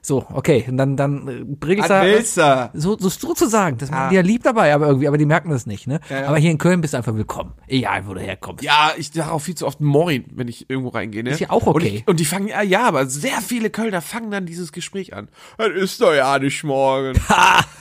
Speaker 2: so, okay. Und dann, dann äh, regelst du halt-
Speaker 3: Advelser.
Speaker 2: so, so sozusagen, das machen die ja lieb dabei, aber irgendwie, aber die merken das nicht, ne?
Speaker 3: Ah. ja.
Speaker 2: Aber hier in Köln bist du einfach willkommen, egal wo du herkommst.
Speaker 3: Ja, ich sage auch viel zu oft Moin, wenn ich irgendwo reingehe. Ne?
Speaker 2: Ist ja auch
Speaker 3: Und,
Speaker 2: okay.
Speaker 3: ich, und die fangen, ja, ja, aber sehr viele Kölner fangen dann dieses Gespräch an. Das ist doch ja nicht morgen.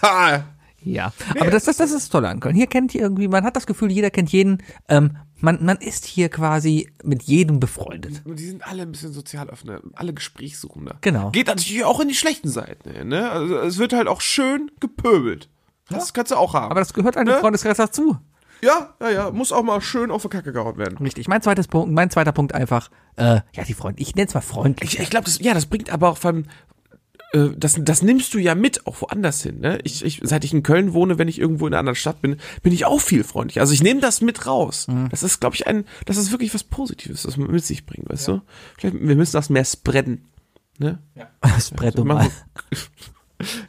Speaker 3: Ha!
Speaker 2: Ja, aber das, das, das ist toll an Köln. Hier kennt ihr irgendwie, man hat das Gefühl, jeder kennt jeden. Ähm, man, man ist hier quasi mit jedem befreundet.
Speaker 3: Und die sind alle ein bisschen sozial offener, alle Gesprächssuchender.
Speaker 2: Genau.
Speaker 3: Geht natürlich auch in die schlechten Seiten. Ne? Also, es wird halt auch schön gepöbelt. Das kannst du auch haben.
Speaker 2: Aber das gehört einem
Speaker 3: Ne?
Speaker 2: Freundeskreis dazu.
Speaker 3: ja, ja, ja. Muss auch mal schön auf die Kacke gehauen werden.
Speaker 2: Richtig. Mein, zweites Punkt, mein zweiter Punkt einfach, äh, ja, die Freunde, ich nenne es mal freundlich.
Speaker 3: Ich, ich glaube, das, ja, das bringt aber auch von, äh, das, das nimmst du ja mit auch woanders hin. Ne? Ich, ich, seit ich in Köln wohne, wenn ich irgendwo in einer anderen Stadt bin, bin ich auch viel freundlicher. Also ich nehme das mit raus. Das ist, glaube ich, ein, das ist wirklich was Positives, das man mit sich bringt, weißt du? Vielleicht, wir müssen das mehr spreaden. Ne?
Speaker 2: Das Brett
Speaker 3: So,
Speaker 2: um mal.
Speaker 3: machen wir.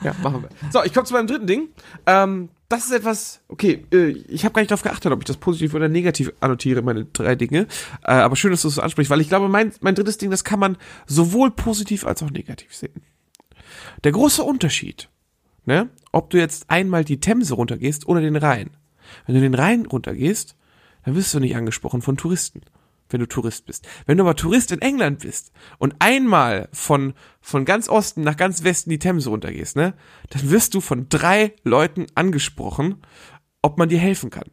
Speaker 3: ja, machen wir. So, ich komme zu meinem dritten Ding. Ähm, das ist etwas, okay, äh, ich habe gar nicht darauf geachtet, ob ich das positiv oder negativ annotiere, meine drei Dinge. Äh, aber schön, dass du es so ansprichst, weil ich glaube, mein, mein drittes Ding, das kann man sowohl positiv als auch negativ sehen. Der große Unterschied, ne, ob du jetzt einmal die Themse runtergehst oder den Rhein. Wenn du den Rhein runtergehst, dann wirst du nicht angesprochen von Touristen, wenn du Tourist bist. Wenn du aber Tourist in England bist und einmal von, von ganz Osten nach ganz Westen die Themse runtergehst, ne, dann wirst du von drei Leuten angesprochen, ob man dir helfen kann.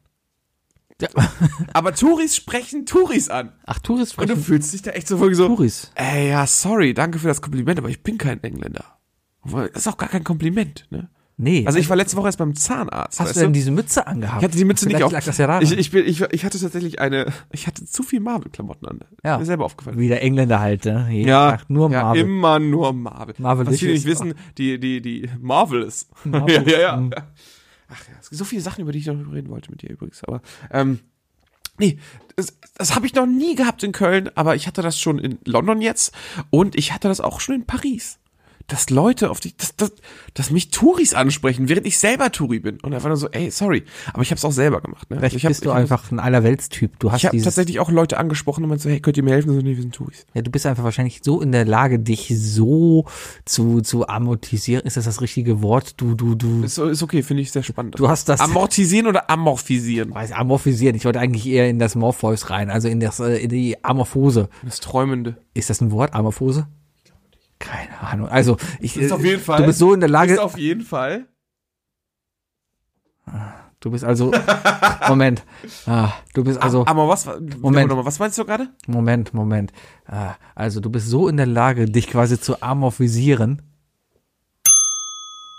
Speaker 3: Aber Touris sprechen Touris an.
Speaker 2: Ach, Tourist
Speaker 3: Und du fühlst dich da echt so voll so.
Speaker 2: Touris.
Speaker 3: Ey, Äh, ja, sorry, danke für das Kompliment, aber ich bin kein Engländer. Obwohl, Das ist auch gar kein Kompliment, ne?
Speaker 2: Nee.
Speaker 3: Also ich war letzte Woche erst beim Zahnarzt.
Speaker 2: hast
Speaker 3: weißt
Speaker 2: du denn diese Mütze
Speaker 3: ich
Speaker 2: angehabt?
Speaker 3: hatte die Mütze
Speaker 2: Vielleicht
Speaker 3: nicht auf.
Speaker 2: lag das ja daran.
Speaker 3: ich, ich, bin, ich, ich hatte tatsächlich eine. Ich hatte zu viel Marvel-Klamotten an.
Speaker 2: Ja.
Speaker 3: Ist Mir selber aufgefallen.
Speaker 2: Wie der Engländer halt, ne? Jede Nacht nur
Speaker 3: ja,
Speaker 2: Marvel.
Speaker 3: immer nur Marvel.
Speaker 2: Marvel
Speaker 3: Was viele
Speaker 2: ist-
Speaker 3: nicht wissen, die, die, die Marvel ist.
Speaker 2: Marvel.
Speaker 3: ja, ja, ja. Ach ja, es gibt so viele Sachen, über die ich noch reden wollte mit dir übrigens. Aber ähm, nee, das, das habe ich noch nie gehabt in Köln, aber ich hatte das schon in London jetzt und ich hatte das auch schon in Paris. Dass Leute auf die, dass, dass, dass mich Touris ansprechen, während ich selber Touri bin. Und einfach nur so, ey, sorry. Aber ich habe es auch selber gemacht. Ne?
Speaker 2: Vielleicht
Speaker 3: ich hab-
Speaker 2: bist du
Speaker 3: ich hab-
Speaker 2: einfach ein Allerweltstyp. Du hast
Speaker 3: ich habe
Speaker 2: dieses,
Speaker 3: tatsächlich auch Leute angesprochen und meinte so, hey, könnt ihr mir helfen? So, nee, wir sind Touris.
Speaker 2: ja, du bist einfach wahrscheinlich so in der Lage, dich so zu, zu amortisieren. Ist das das richtige Wort? Du, du, du.
Speaker 3: Ist, ist okay, finde ich sehr spannend.
Speaker 2: Du hast das-
Speaker 3: Amortisieren oder amorphisieren?
Speaker 2: weiß, amorphisieren. Ich wollte eigentlich eher in das Morpheus rein, also in, das, äh, in die Amorphose.
Speaker 3: Das Träumende.
Speaker 2: Ist das ein Wort, Amorphose? Keine Ahnung. Also, ich,
Speaker 3: Ist auf jeden Fall.
Speaker 2: du bist so in der
Speaker 3: Ist
Speaker 2: Lage,
Speaker 3: auf jeden Fall.
Speaker 2: du bist also, Moment, ah, du bist also,
Speaker 3: Aber was, Moment. Mal, was meinst du gerade?
Speaker 2: Moment, Moment, ah, also du bist so in der Lage, dich quasi zu amorphisieren.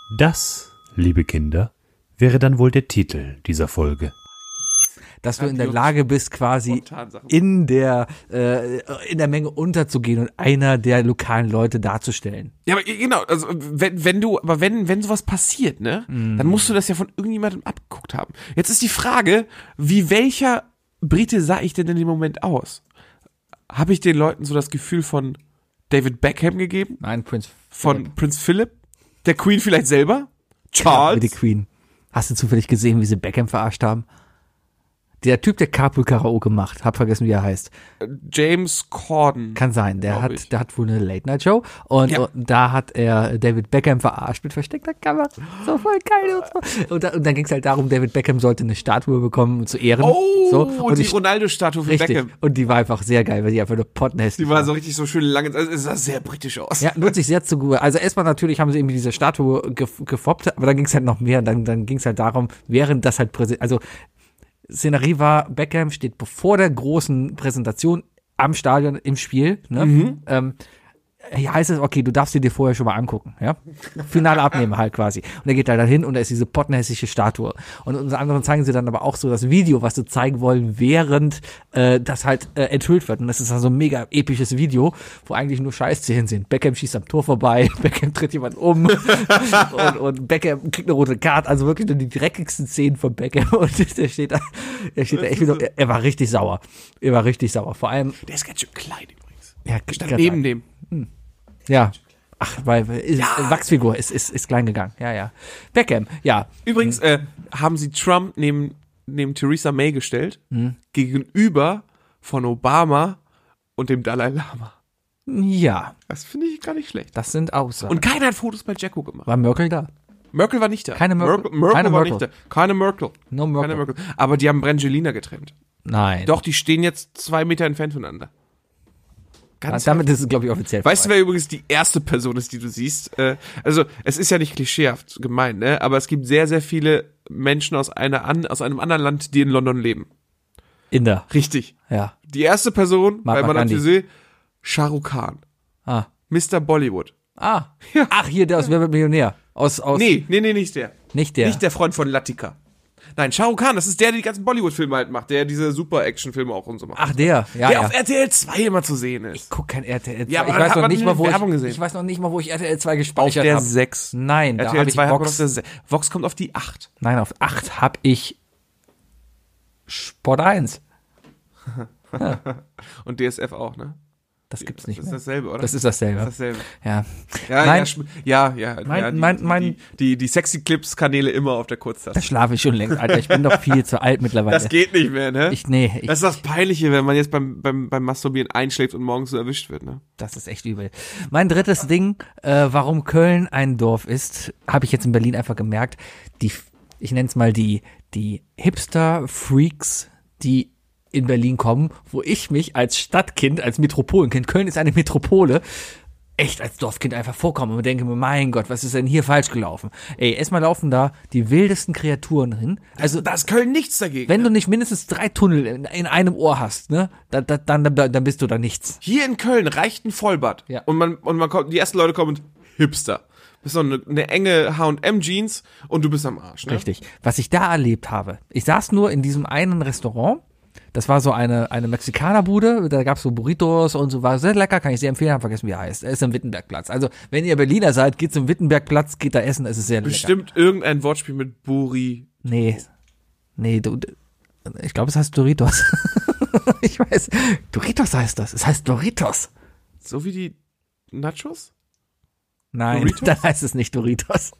Speaker 1: Das, liebe Kinder, wäre dann wohl der Titel dieser Folge.
Speaker 2: Dass du in der Lage bist, quasi
Speaker 3: Spontan Sachen.
Speaker 2: in der, äh, in der Menge unterzugehen und einer der lokalen Leute darzustellen.
Speaker 3: Ja, aber genau, also wenn, wenn du, aber wenn, wenn sowas passiert, ne,
Speaker 2: Mhm.
Speaker 3: dann musst du das ja von irgendjemandem abgeguckt haben. Jetzt ist die Frage, wie welcher Brite sah ich denn in dem Moment aus? Habe ich den Leuten so das Gefühl von David Beckham gegeben?
Speaker 2: Nein, Prince
Speaker 3: Von Prinz Philipp? Der Queen vielleicht selber?
Speaker 2: Klar, wie
Speaker 3: Charles?
Speaker 2: die Queen. Hast du zufällig gesehen, wie sie Beckham verarscht haben? Der Typ, der Carpool Karaoke macht, hab vergessen, wie er heißt.
Speaker 3: James Corden.
Speaker 2: Kann sein. Der
Speaker 3: Glaub
Speaker 2: hat,
Speaker 3: ich.
Speaker 2: der hat wohl eine Late-Night-Show und,
Speaker 3: Ja.
Speaker 2: und da hat er David Beckham verarscht mit versteckter Kamera. So voll geil und so. Und, da, und dann ging es halt darum, David Beckham sollte eine Statue bekommen zu Ehren.
Speaker 3: Oh,
Speaker 2: so.
Speaker 3: und die
Speaker 2: ich-
Speaker 3: Ronaldo-Statue für
Speaker 2: Richtig.
Speaker 3: Beckham.
Speaker 2: Und die war einfach sehr geil, weil die einfach nur pottenhässlich
Speaker 3: Die war so richtig so schön lange. Also es sah sehr britisch aus.
Speaker 2: Ja, nutze ich sehr zu gut. Also erstmal natürlich haben sie irgendwie diese Statue gef gefoppt, aber dann ging's halt noch mehr. Dann, dann ging's halt darum, während das halt präsent, also Szenerie war, Beckham steht bevor der großen Präsentation am Stadion im Spiel. Ne?
Speaker 3: Mhm.
Speaker 2: Ähm, hier heißt es, okay, du darfst sie dir vorher schon mal angucken, ja? Finale abnehmen halt quasi. Und er geht da dann hin und da ist diese pottenhässliche Statue. Und unter anderem zeigen sie dann aber auch so das Video, was sie zeigen wollen, während äh, das halt äh, enthüllt wird. Und das ist dann so ein mega episches Video, wo eigentlich nur Scheißszenen sind. Beckham schießt am Tor vorbei, Beckham tritt jemand um und, und Beckham kriegt eine rote Karte. Also wirklich nur die dreckigsten Szenen von Beckham. Und der steht da, der steht da echt wieder, er, er war richtig sauer. Er war richtig sauer. Vor allem,
Speaker 3: Der ist ganz schön klein übrigens.
Speaker 2: ja,
Speaker 3: Stand neben dem.
Speaker 2: ja. Ach, weil weil- ist, äh, Wachsfigur ist, ist, ist klein gegangen. Ja, ja. Beckham, ja.
Speaker 3: Übrigens
Speaker 2: Mhm.
Speaker 3: äh, haben sie Trump neben, neben Theresa May gestellt,
Speaker 2: Mhm.
Speaker 3: gegenüber von Obama und dem Dalai Lama.
Speaker 2: Ja,
Speaker 3: Das finde ich gar nicht schlecht.
Speaker 2: das sind Aussagen.
Speaker 3: Und keiner hat Fotos bei Jacko gemacht.
Speaker 2: war Merkel da?
Speaker 3: Merkel war nicht da.
Speaker 2: Keine Merkel.
Speaker 3: Merkel, Merkel
Speaker 2: Keine
Speaker 3: war
Speaker 2: Merkel.
Speaker 3: nicht da. Keine Merkel.
Speaker 2: No
Speaker 3: Keine
Speaker 2: Merkel.
Speaker 3: Merkel. Aber die haben Brangelina getrennt.
Speaker 2: Nein.
Speaker 3: Doch, die stehen jetzt zwei Meter entfernt voneinander.
Speaker 2: Ah,
Speaker 3: Ganz
Speaker 2: Damit ist es, glaube ich, offiziell.
Speaker 3: Weißt du,
Speaker 2: vorbei.
Speaker 3: wer übrigens die erste Person ist, die du siehst? Äh, also, es ist ja nicht klischeehaft gemeint, ne? aber es gibt sehr, sehr viele Menschen aus, einer an, aus einem anderen Land, die in London leben.
Speaker 2: Inder.
Speaker 3: Richtig.
Speaker 2: Ja.
Speaker 3: Die erste Person bei
Speaker 2: Mahatma Gandhi.
Speaker 3: Manatise, Shah Rukh Khan.
Speaker 2: Ah.
Speaker 3: Mr. Bollywood.
Speaker 2: Ah. Ach, hier der aus Wer wird Millionär? Aus, aus.
Speaker 3: Nee, nee, nee, nicht der.
Speaker 2: Nicht der.
Speaker 3: Nicht der Freund von Latika. Nein, Shah Rukh Khan, das ist der, der die ganzen Bollywood-Filme halt macht, der diese Super-Action-Filme auch und so macht.
Speaker 2: Ach, der. Ja,
Speaker 3: der
Speaker 2: ja.
Speaker 3: auf RTL 2 immer zu sehen ist.
Speaker 2: Guck kein RTL 2.
Speaker 3: Ja, aber
Speaker 2: ich
Speaker 3: dann
Speaker 2: weiß
Speaker 3: hat
Speaker 2: noch
Speaker 3: man
Speaker 2: nicht
Speaker 3: nie
Speaker 2: mal, wo
Speaker 3: Werbung
Speaker 2: ich,
Speaker 3: gesehen.
Speaker 2: ich weiß noch nicht mal, wo ich RTL 2
Speaker 3: Auf
Speaker 2: gespeichert
Speaker 3: der
Speaker 2: habe.
Speaker 3: 6.
Speaker 2: Nein, da
Speaker 3: RTL
Speaker 2: habe ich
Speaker 3: 2 hat auf
Speaker 2: Box.
Speaker 3: der 6. Vox kommt auf die 8.
Speaker 2: Nein, auf 8 habe ich Sport 1.
Speaker 3: Und DSF auch, ne?
Speaker 2: Das gibt's nicht
Speaker 3: Das ist
Speaker 2: mehr.
Speaker 3: dasselbe, oder?
Speaker 2: Das ist dasselbe.
Speaker 3: Das ist dasselbe.
Speaker 2: ja.
Speaker 3: Ja,
Speaker 2: Nein.
Speaker 3: ja, schm- ja, ja, ja.
Speaker 2: Mein-
Speaker 3: die,
Speaker 2: mein-
Speaker 3: die-
Speaker 2: mein-
Speaker 3: die, die, die sexy Clips Kanäle immer auf der
Speaker 2: Da
Speaker 3: Kurztaste.
Speaker 2: schlafe ich schon längst, Alter. Ich bin doch viel zu alt mittlerweile.
Speaker 3: Das geht nicht mehr, ne?
Speaker 2: Ich, nee, ich,
Speaker 3: das ist das Peinliche, wenn man jetzt beim, beim, beim Masturbieren einschläft und morgens so erwischt wird, ne?
Speaker 2: das ist echt übel. Mein drittes Ding, äh, warum Köln ein Dorf ist, habe ich jetzt in Berlin einfach gemerkt. Die, ich nenne es mal die, die Hipster-Freaks, die in Berlin kommen, wo ich mich als Stadtkind, als Metropolenkind, Köln ist eine Metropole, echt als Dorfkind einfach vorkomme und denke mir, mein Gott, was ist denn hier falsch gelaufen? Ey, erstmal laufen da die wildesten Kreaturen hin. Also
Speaker 3: Da ist Köln nichts dagegen.
Speaker 2: Wenn du nicht mindestens drei Tunnel in, in einem Ohr hast, ne, dann, dann, dann, dann bist du da nichts.
Speaker 3: Hier in Köln reicht ein Vollbart.
Speaker 2: Ja.
Speaker 3: Und man, und man kommt, die ersten Leute kommen und Hipster. Bist so eine, eine enge H&M-Jeans und du bist am Arsch, ne?
Speaker 2: Richtig. Was ich da erlebt habe, ich saß nur in diesem einen Restaurant. Das war so eine, eine Mexikanerbude, da gab's so Burritos und so, war sehr lecker, kann ich sehr empfehlen, hab vergessen, wie er heißt. Er ist am Wittenbergplatz. Also, wenn ihr Berliner seid, geht zum Wittenbergplatz, geht da essen, es ist sehr lecker.
Speaker 3: Bestimmt irgendein Wortspiel mit Buri.
Speaker 2: Nee. Nee, du, du- ich glaube, es heißt Doritos. ich weiß. Doritos heißt das. Es heißt Doritos.
Speaker 3: So wie die Nachos?
Speaker 2: Nein,
Speaker 3: Doritos?
Speaker 2: dann heißt es nicht Doritos.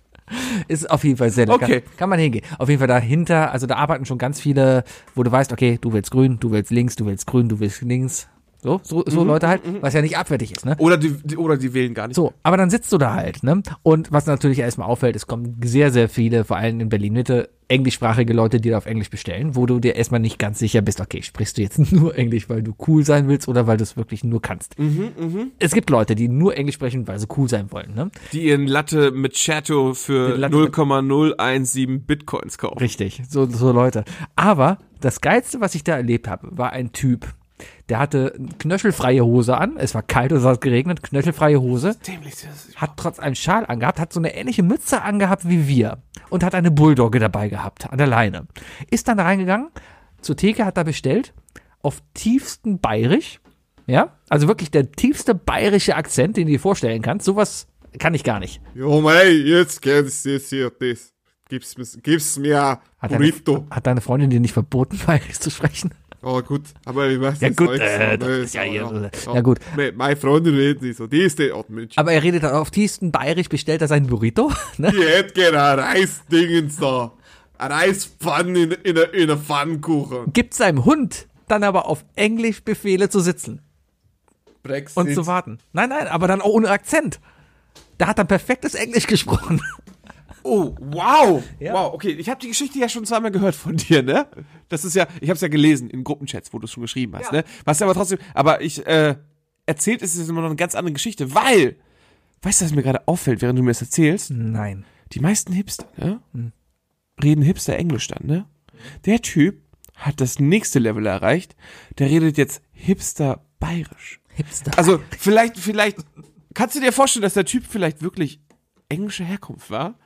Speaker 2: Ist auf jeden Fall sehr lecker.
Speaker 3: Okay.
Speaker 2: Kann man hingehen. Auf jeden Fall dahinter, also da arbeiten schon ganz viele, wo du weißt, okay, du willst grün, du willst links, du willst grün, du willst links. So, so,
Speaker 3: Mhm,
Speaker 2: so Leute halt, was ja nicht abwertig ist, ne?
Speaker 3: Oder die, die, oder die wählen gar nicht.
Speaker 2: So, aber dann sitzt du da halt, ne? Und was natürlich erstmal auffällt, es kommen sehr, sehr viele, vor allem in Berlin Mitte, englischsprachige Leute, die da auf Englisch bestellen, wo du dir erstmal nicht ganz sicher bist, okay, sprichst du jetzt nur Englisch, weil du cool sein willst oder weil du es wirklich nur kannst.
Speaker 3: Mhm,
Speaker 2: Es gibt Leute, die nur Englisch sprechen, weil sie cool sein wollen, ne?
Speaker 3: die ihren Latte Machado für
Speaker 2: Den Latte-
Speaker 3: 0,017 Bitcoins kaufen.
Speaker 2: Richtig, so, so Leute. Aber das Geilste, was ich da erlebt habe, war ein Typ, der hatte knöchelfreie Hose an. Es war kalt und es hat geregnet, knöchelfreie Hose.
Speaker 3: Dämlich, das ist-
Speaker 2: Hat trotz einem Schal angehabt, hat so eine ähnliche Mütze angehabt wie wir. Und hat eine Bulldogge dabei gehabt, an der Leine. Ist dann da reingegangen, zur Theke hat er bestellt, auf tiefsten Bayerisch. Ja, also wirklich der tiefste bayerische Akzent, den du dir vorstellen kannst. Sowas kann ich gar nicht.
Speaker 6: Jo, mei, jetzt kennst du es hier, das. Gib's, mir- gib's mir ein
Speaker 2: Hat deine,
Speaker 6: Burrito.
Speaker 2: hat deine Freundin dir nicht verboten, bayerisch zu sprechen?
Speaker 6: Oh, gut, aber ich weiß
Speaker 2: Ja
Speaker 6: jetzt
Speaker 2: gut,
Speaker 6: auch
Speaker 2: äh,
Speaker 6: so,
Speaker 2: das ist ja hier-
Speaker 6: ja.
Speaker 2: ja gut.
Speaker 6: Me- Meine Freundin redet nicht so, die ist der Mensch.
Speaker 2: Aber er redet dann auf tiefsten Bayerisch, bestellt er seinen Burrito. Ne?
Speaker 6: Die hätte gerne ein Reisdingens da. Reispfannen in, in, der- in der Pfannkuchen.
Speaker 2: Gibt seinem Hund dann aber auf Englisch Befehle zu sitzen
Speaker 6: Brexit.
Speaker 2: und zu warten. Nein, nein, aber dann auch ohne Akzent. Da hat er perfektes Englisch gesprochen.
Speaker 3: Oh, wow.
Speaker 2: Ja.
Speaker 3: Wow, okay. Ich habe die Geschichte ja schon zweimal gehört von dir, ne? Das ist ja, ich habe es ja gelesen in Gruppenchats, wo du es schon geschrieben hast, ne? Was aber trotzdem, aber ich, äh, erzählt ist es immer noch eine ganz andere Geschichte, weil, weißt du, was mir gerade auffällt, während du mir das erzählst?
Speaker 2: Nein.
Speaker 3: Die meisten Hipster, ne?
Speaker 2: Hm.
Speaker 3: Reden Hipster Englisch dann, ne? Der Typ hat das nächste Level erreicht. Der redet jetzt Hipster bayerisch.
Speaker 2: Hipster.
Speaker 3: Also, vielleicht, vielleicht, kannst du dir vorstellen, dass der Typ vielleicht wirklich englische Herkunft war?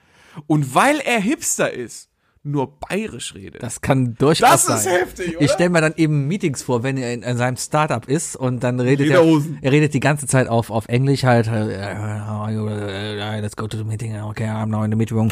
Speaker 3: Und weil er Hipster ist, nur bayerisch redet.
Speaker 2: Das kann durchaus sein.
Speaker 3: Das ist heftig, oder?
Speaker 2: Ich stelle mir dann eben Meetings vor, wenn er in, in seinem Startup ist und dann redet er,
Speaker 6: Lederhosen.
Speaker 2: er redet die ganze Zeit auf, auf Englisch halt. äh, Let's go to the meeting. Okay, I'm now in the meeting room.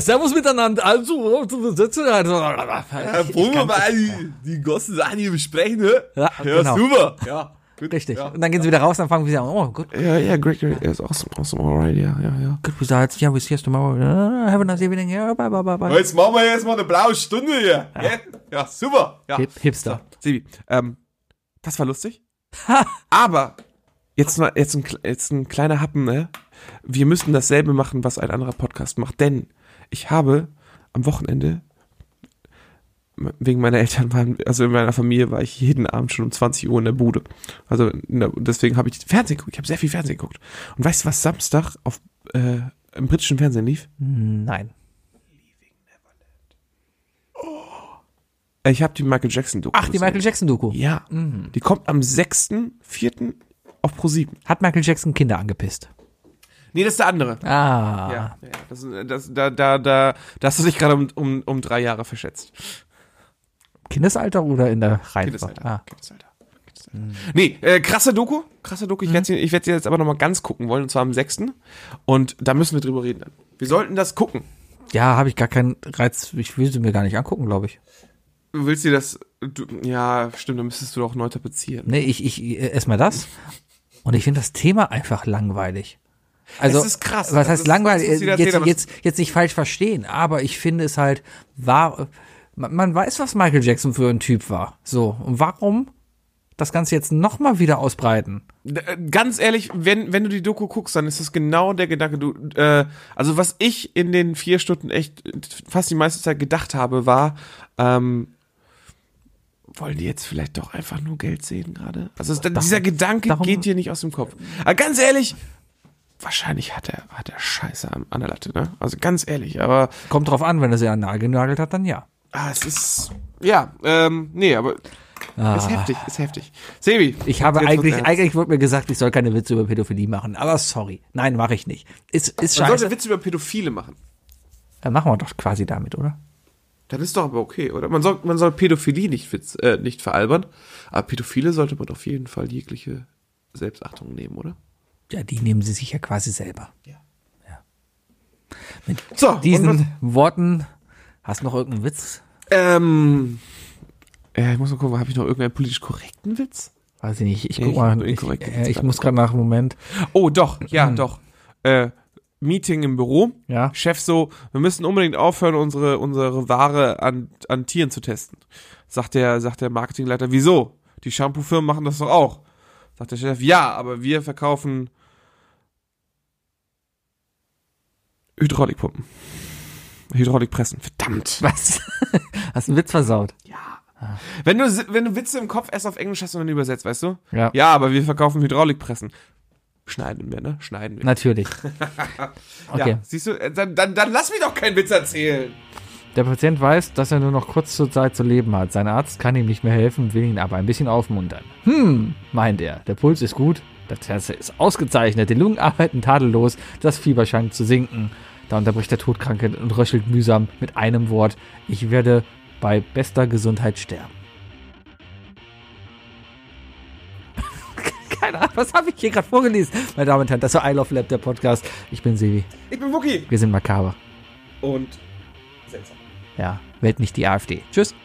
Speaker 2: Servus miteinander. Also, sitzen halt.
Speaker 6: Ja,
Speaker 2: Ich- ich
Speaker 6: wollen wir
Speaker 2: kann's-
Speaker 6: mal die, die ganzen Sachen hier besprechen, ne?
Speaker 2: Ja, genau.
Speaker 6: super. Ja, gut.
Speaker 2: Richtig.
Speaker 6: Ja.
Speaker 2: Und dann gehen sie wieder raus, dann fangen wir wieder an. Oh, good,
Speaker 3: Ja, ja, great, great. Er ist awesome, awesome, alright, ja, ja, ja.
Speaker 2: good results. Yeah, we see us tomorrow. Uh, have a nice evening. Yeah, bye, bye, bye, bye.
Speaker 6: Jetzt machen wir erstmal eine blaue Stunde hier. Ja, ja super. Ja.
Speaker 2: Hip Hipster.
Speaker 3: Sebi, ähm, das war lustig. Aber jetzt mal, jetzt ein, kle- jetzt ein kleiner Happen, ne? Wir müssen dasselbe machen, was ein anderer Podcast macht, denn ich habe am Wochenende m- wegen meiner Eltern waren, also in meiner Familie war ich jeden Abend schon um 20 Uhr in der Bude. Also in der, deswegen habe ich Fernsehen geguckt. Ich habe sehr viel Fernsehen geguckt. Und weißt du, was Samstag auf äh, im britischen Fernsehen lief?
Speaker 2: Nein.
Speaker 3: Äh, Ich habe die Michael Jackson Doku.
Speaker 2: Ach, die Michael Mhm. Jackson Doku.
Speaker 3: Ja. Die kommt am 6.4. auf Pro 7.
Speaker 2: Hat Michael Jackson Kinder angepisst?
Speaker 3: Nee, das ist der andere.
Speaker 2: Ah.
Speaker 3: Ja, ja, das, das, da, da, da, da hast du dich gerade um, um, um drei Jahre verschätzt.
Speaker 2: Kindesalter oder in der Reihenfolge?
Speaker 3: Kindesalter.
Speaker 2: Ah. Mhm.
Speaker 3: Kindesalter. Kindesalter. Nee, äh, krasse Doku. Krasse Doku. Ich werde sie, ich werd sie jetzt aber nochmal ganz gucken wollen, und zwar am 6. Und da müssen wir drüber reden dann. Wir sollten das gucken.
Speaker 2: Ja, habe ich gar keinen Reiz. Ich will sie mir gar nicht angucken, glaube ich.
Speaker 3: Du willst dir das. Du, ja, stimmt, dann müsstest du doch neu tapezieren.
Speaker 2: Nee, ich, ich äh, erstmal das. Und ich finde das Thema einfach langweilig. Also,
Speaker 3: Es ist krass.
Speaker 2: Was
Speaker 3: Also
Speaker 2: heißt
Speaker 3: es-
Speaker 2: langweilig?
Speaker 3: es ist wieder
Speaker 2: jetzt,
Speaker 3: Thema, was-
Speaker 2: jetzt, jetzt nicht falsch verstehen, aber ich finde es halt war. Man, man weiß, was Michael Jackson für ein Typ war. So. Und warum das Ganze jetzt nochmal wieder ausbreiten?
Speaker 3: D- äh, Ganz ehrlich, wenn, wenn du die Doku guckst, dann ist das genau der Gedanke, du, äh, also was ich in den vier Stunden echt äh, fast die meiste Zeit gedacht habe, war, ähm, wollen die jetzt vielleicht doch einfach nur Geld sehen gerade? Also es- dieser Gedanke
Speaker 2: darum-
Speaker 3: geht dir nicht aus dem Kopf. Aber ganz ehrlich, wahrscheinlich hat er, hat er Scheiße am- an der Latte, ne? Also ganz ehrlich, aber
Speaker 2: Kommt drauf an, wenn er sie an den Nagel genagelt hat, dann ja.
Speaker 3: ah, es ist, ja, ähm, nee, aber ist heftig, ist heftig. Sebi.
Speaker 2: Ah. Ich habe
Speaker 3: jetzt
Speaker 2: eigentlich,
Speaker 3: wird's ernst.
Speaker 2: eigentlich wurde mir gesagt, ich soll keine Witze über Pädophilie machen. Aber sorry. Nein, mache ich nicht. Ist, ist
Speaker 3: Man
Speaker 2: scheiße.
Speaker 3: sollte Witze über Pädophile machen.
Speaker 2: Dann machen wir doch quasi damit, oder?
Speaker 3: Dann ist doch aber okay, oder? Man soll, man soll Pädophilie nicht, witz, äh, nicht veralbern, aber Pädophile sollte man auf jeden Fall jegliche Selbstachtung nehmen, oder?
Speaker 2: Ja, die nehmen sie sich ja quasi selber.
Speaker 3: So, und was-
Speaker 2: Diesen Worten, hast du noch irgendeinen Witz?
Speaker 3: ähm, äh, ich muss mal gucken, habe ich noch irgendeinen politisch korrekten Witz?
Speaker 2: Weiß ich nicht. Ich
Speaker 3: Nee,
Speaker 2: guck
Speaker 3: ich
Speaker 2: mal.
Speaker 3: hab
Speaker 2: Ich,
Speaker 3: inkorrekt
Speaker 2: äh, ich
Speaker 3: gesagt.
Speaker 2: muss gerade nach einen Moment.
Speaker 3: Oh, doch, ja, doch. Äh, Meeting im Büro.
Speaker 2: Ja.
Speaker 3: Chef so, wir müssen unbedingt aufhören, unsere, unsere Ware an, an Tieren zu testen. Sagt der, sagt der Marketingleiter, wieso? Die Shampoo-Firmen machen das doch auch. Sagt der Chef, ja, aber wir verkaufen Hydraulikpumpen. Hydraulikpressen. Verdammt.
Speaker 2: Was? hast einen Witz versaut?
Speaker 3: Wenn du, wenn du Witze im Kopf erst auf Englisch hast und dann übersetzt, weißt du?
Speaker 2: Ja.
Speaker 3: Ja, aber wir verkaufen Hydraulikpressen. Schneiden wir, ne? Schneiden wir.
Speaker 2: Natürlich. Okay.
Speaker 3: Ja, siehst du, äh, dann, dann, dann lass mir doch keinen Witz erzählen.
Speaker 4: Der Patient weiß, dass er nur noch kurz zur Zeit zu leben hat. Sein Arzt kann ihm nicht mehr helfen, will ihn aber ein bisschen aufmuntern. Hm, meint er. Der Puls ist gut, das Herz ist ausgezeichnet, die Lungen arbeiten tadellos, das Fieber scheint zu sinken. Da unterbricht der Todkranke und röchelt mühsam mit einem Wort: Ich werde bei bester Gesundheit sterben.
Speaker 2: Keine Ahnung, was habe ich hier gerade vorgelesen? Meine Damen und Herren, das war I Love Lab, der Podcast. Ich bin Sevi.
Speaker 3: Ich bin Wookie.
Speaker 2: Wir sind makaber.
Speaker 3: Und seltsam.
Speaker 2: Ja. Wählt nicht die AfD. Tschüss.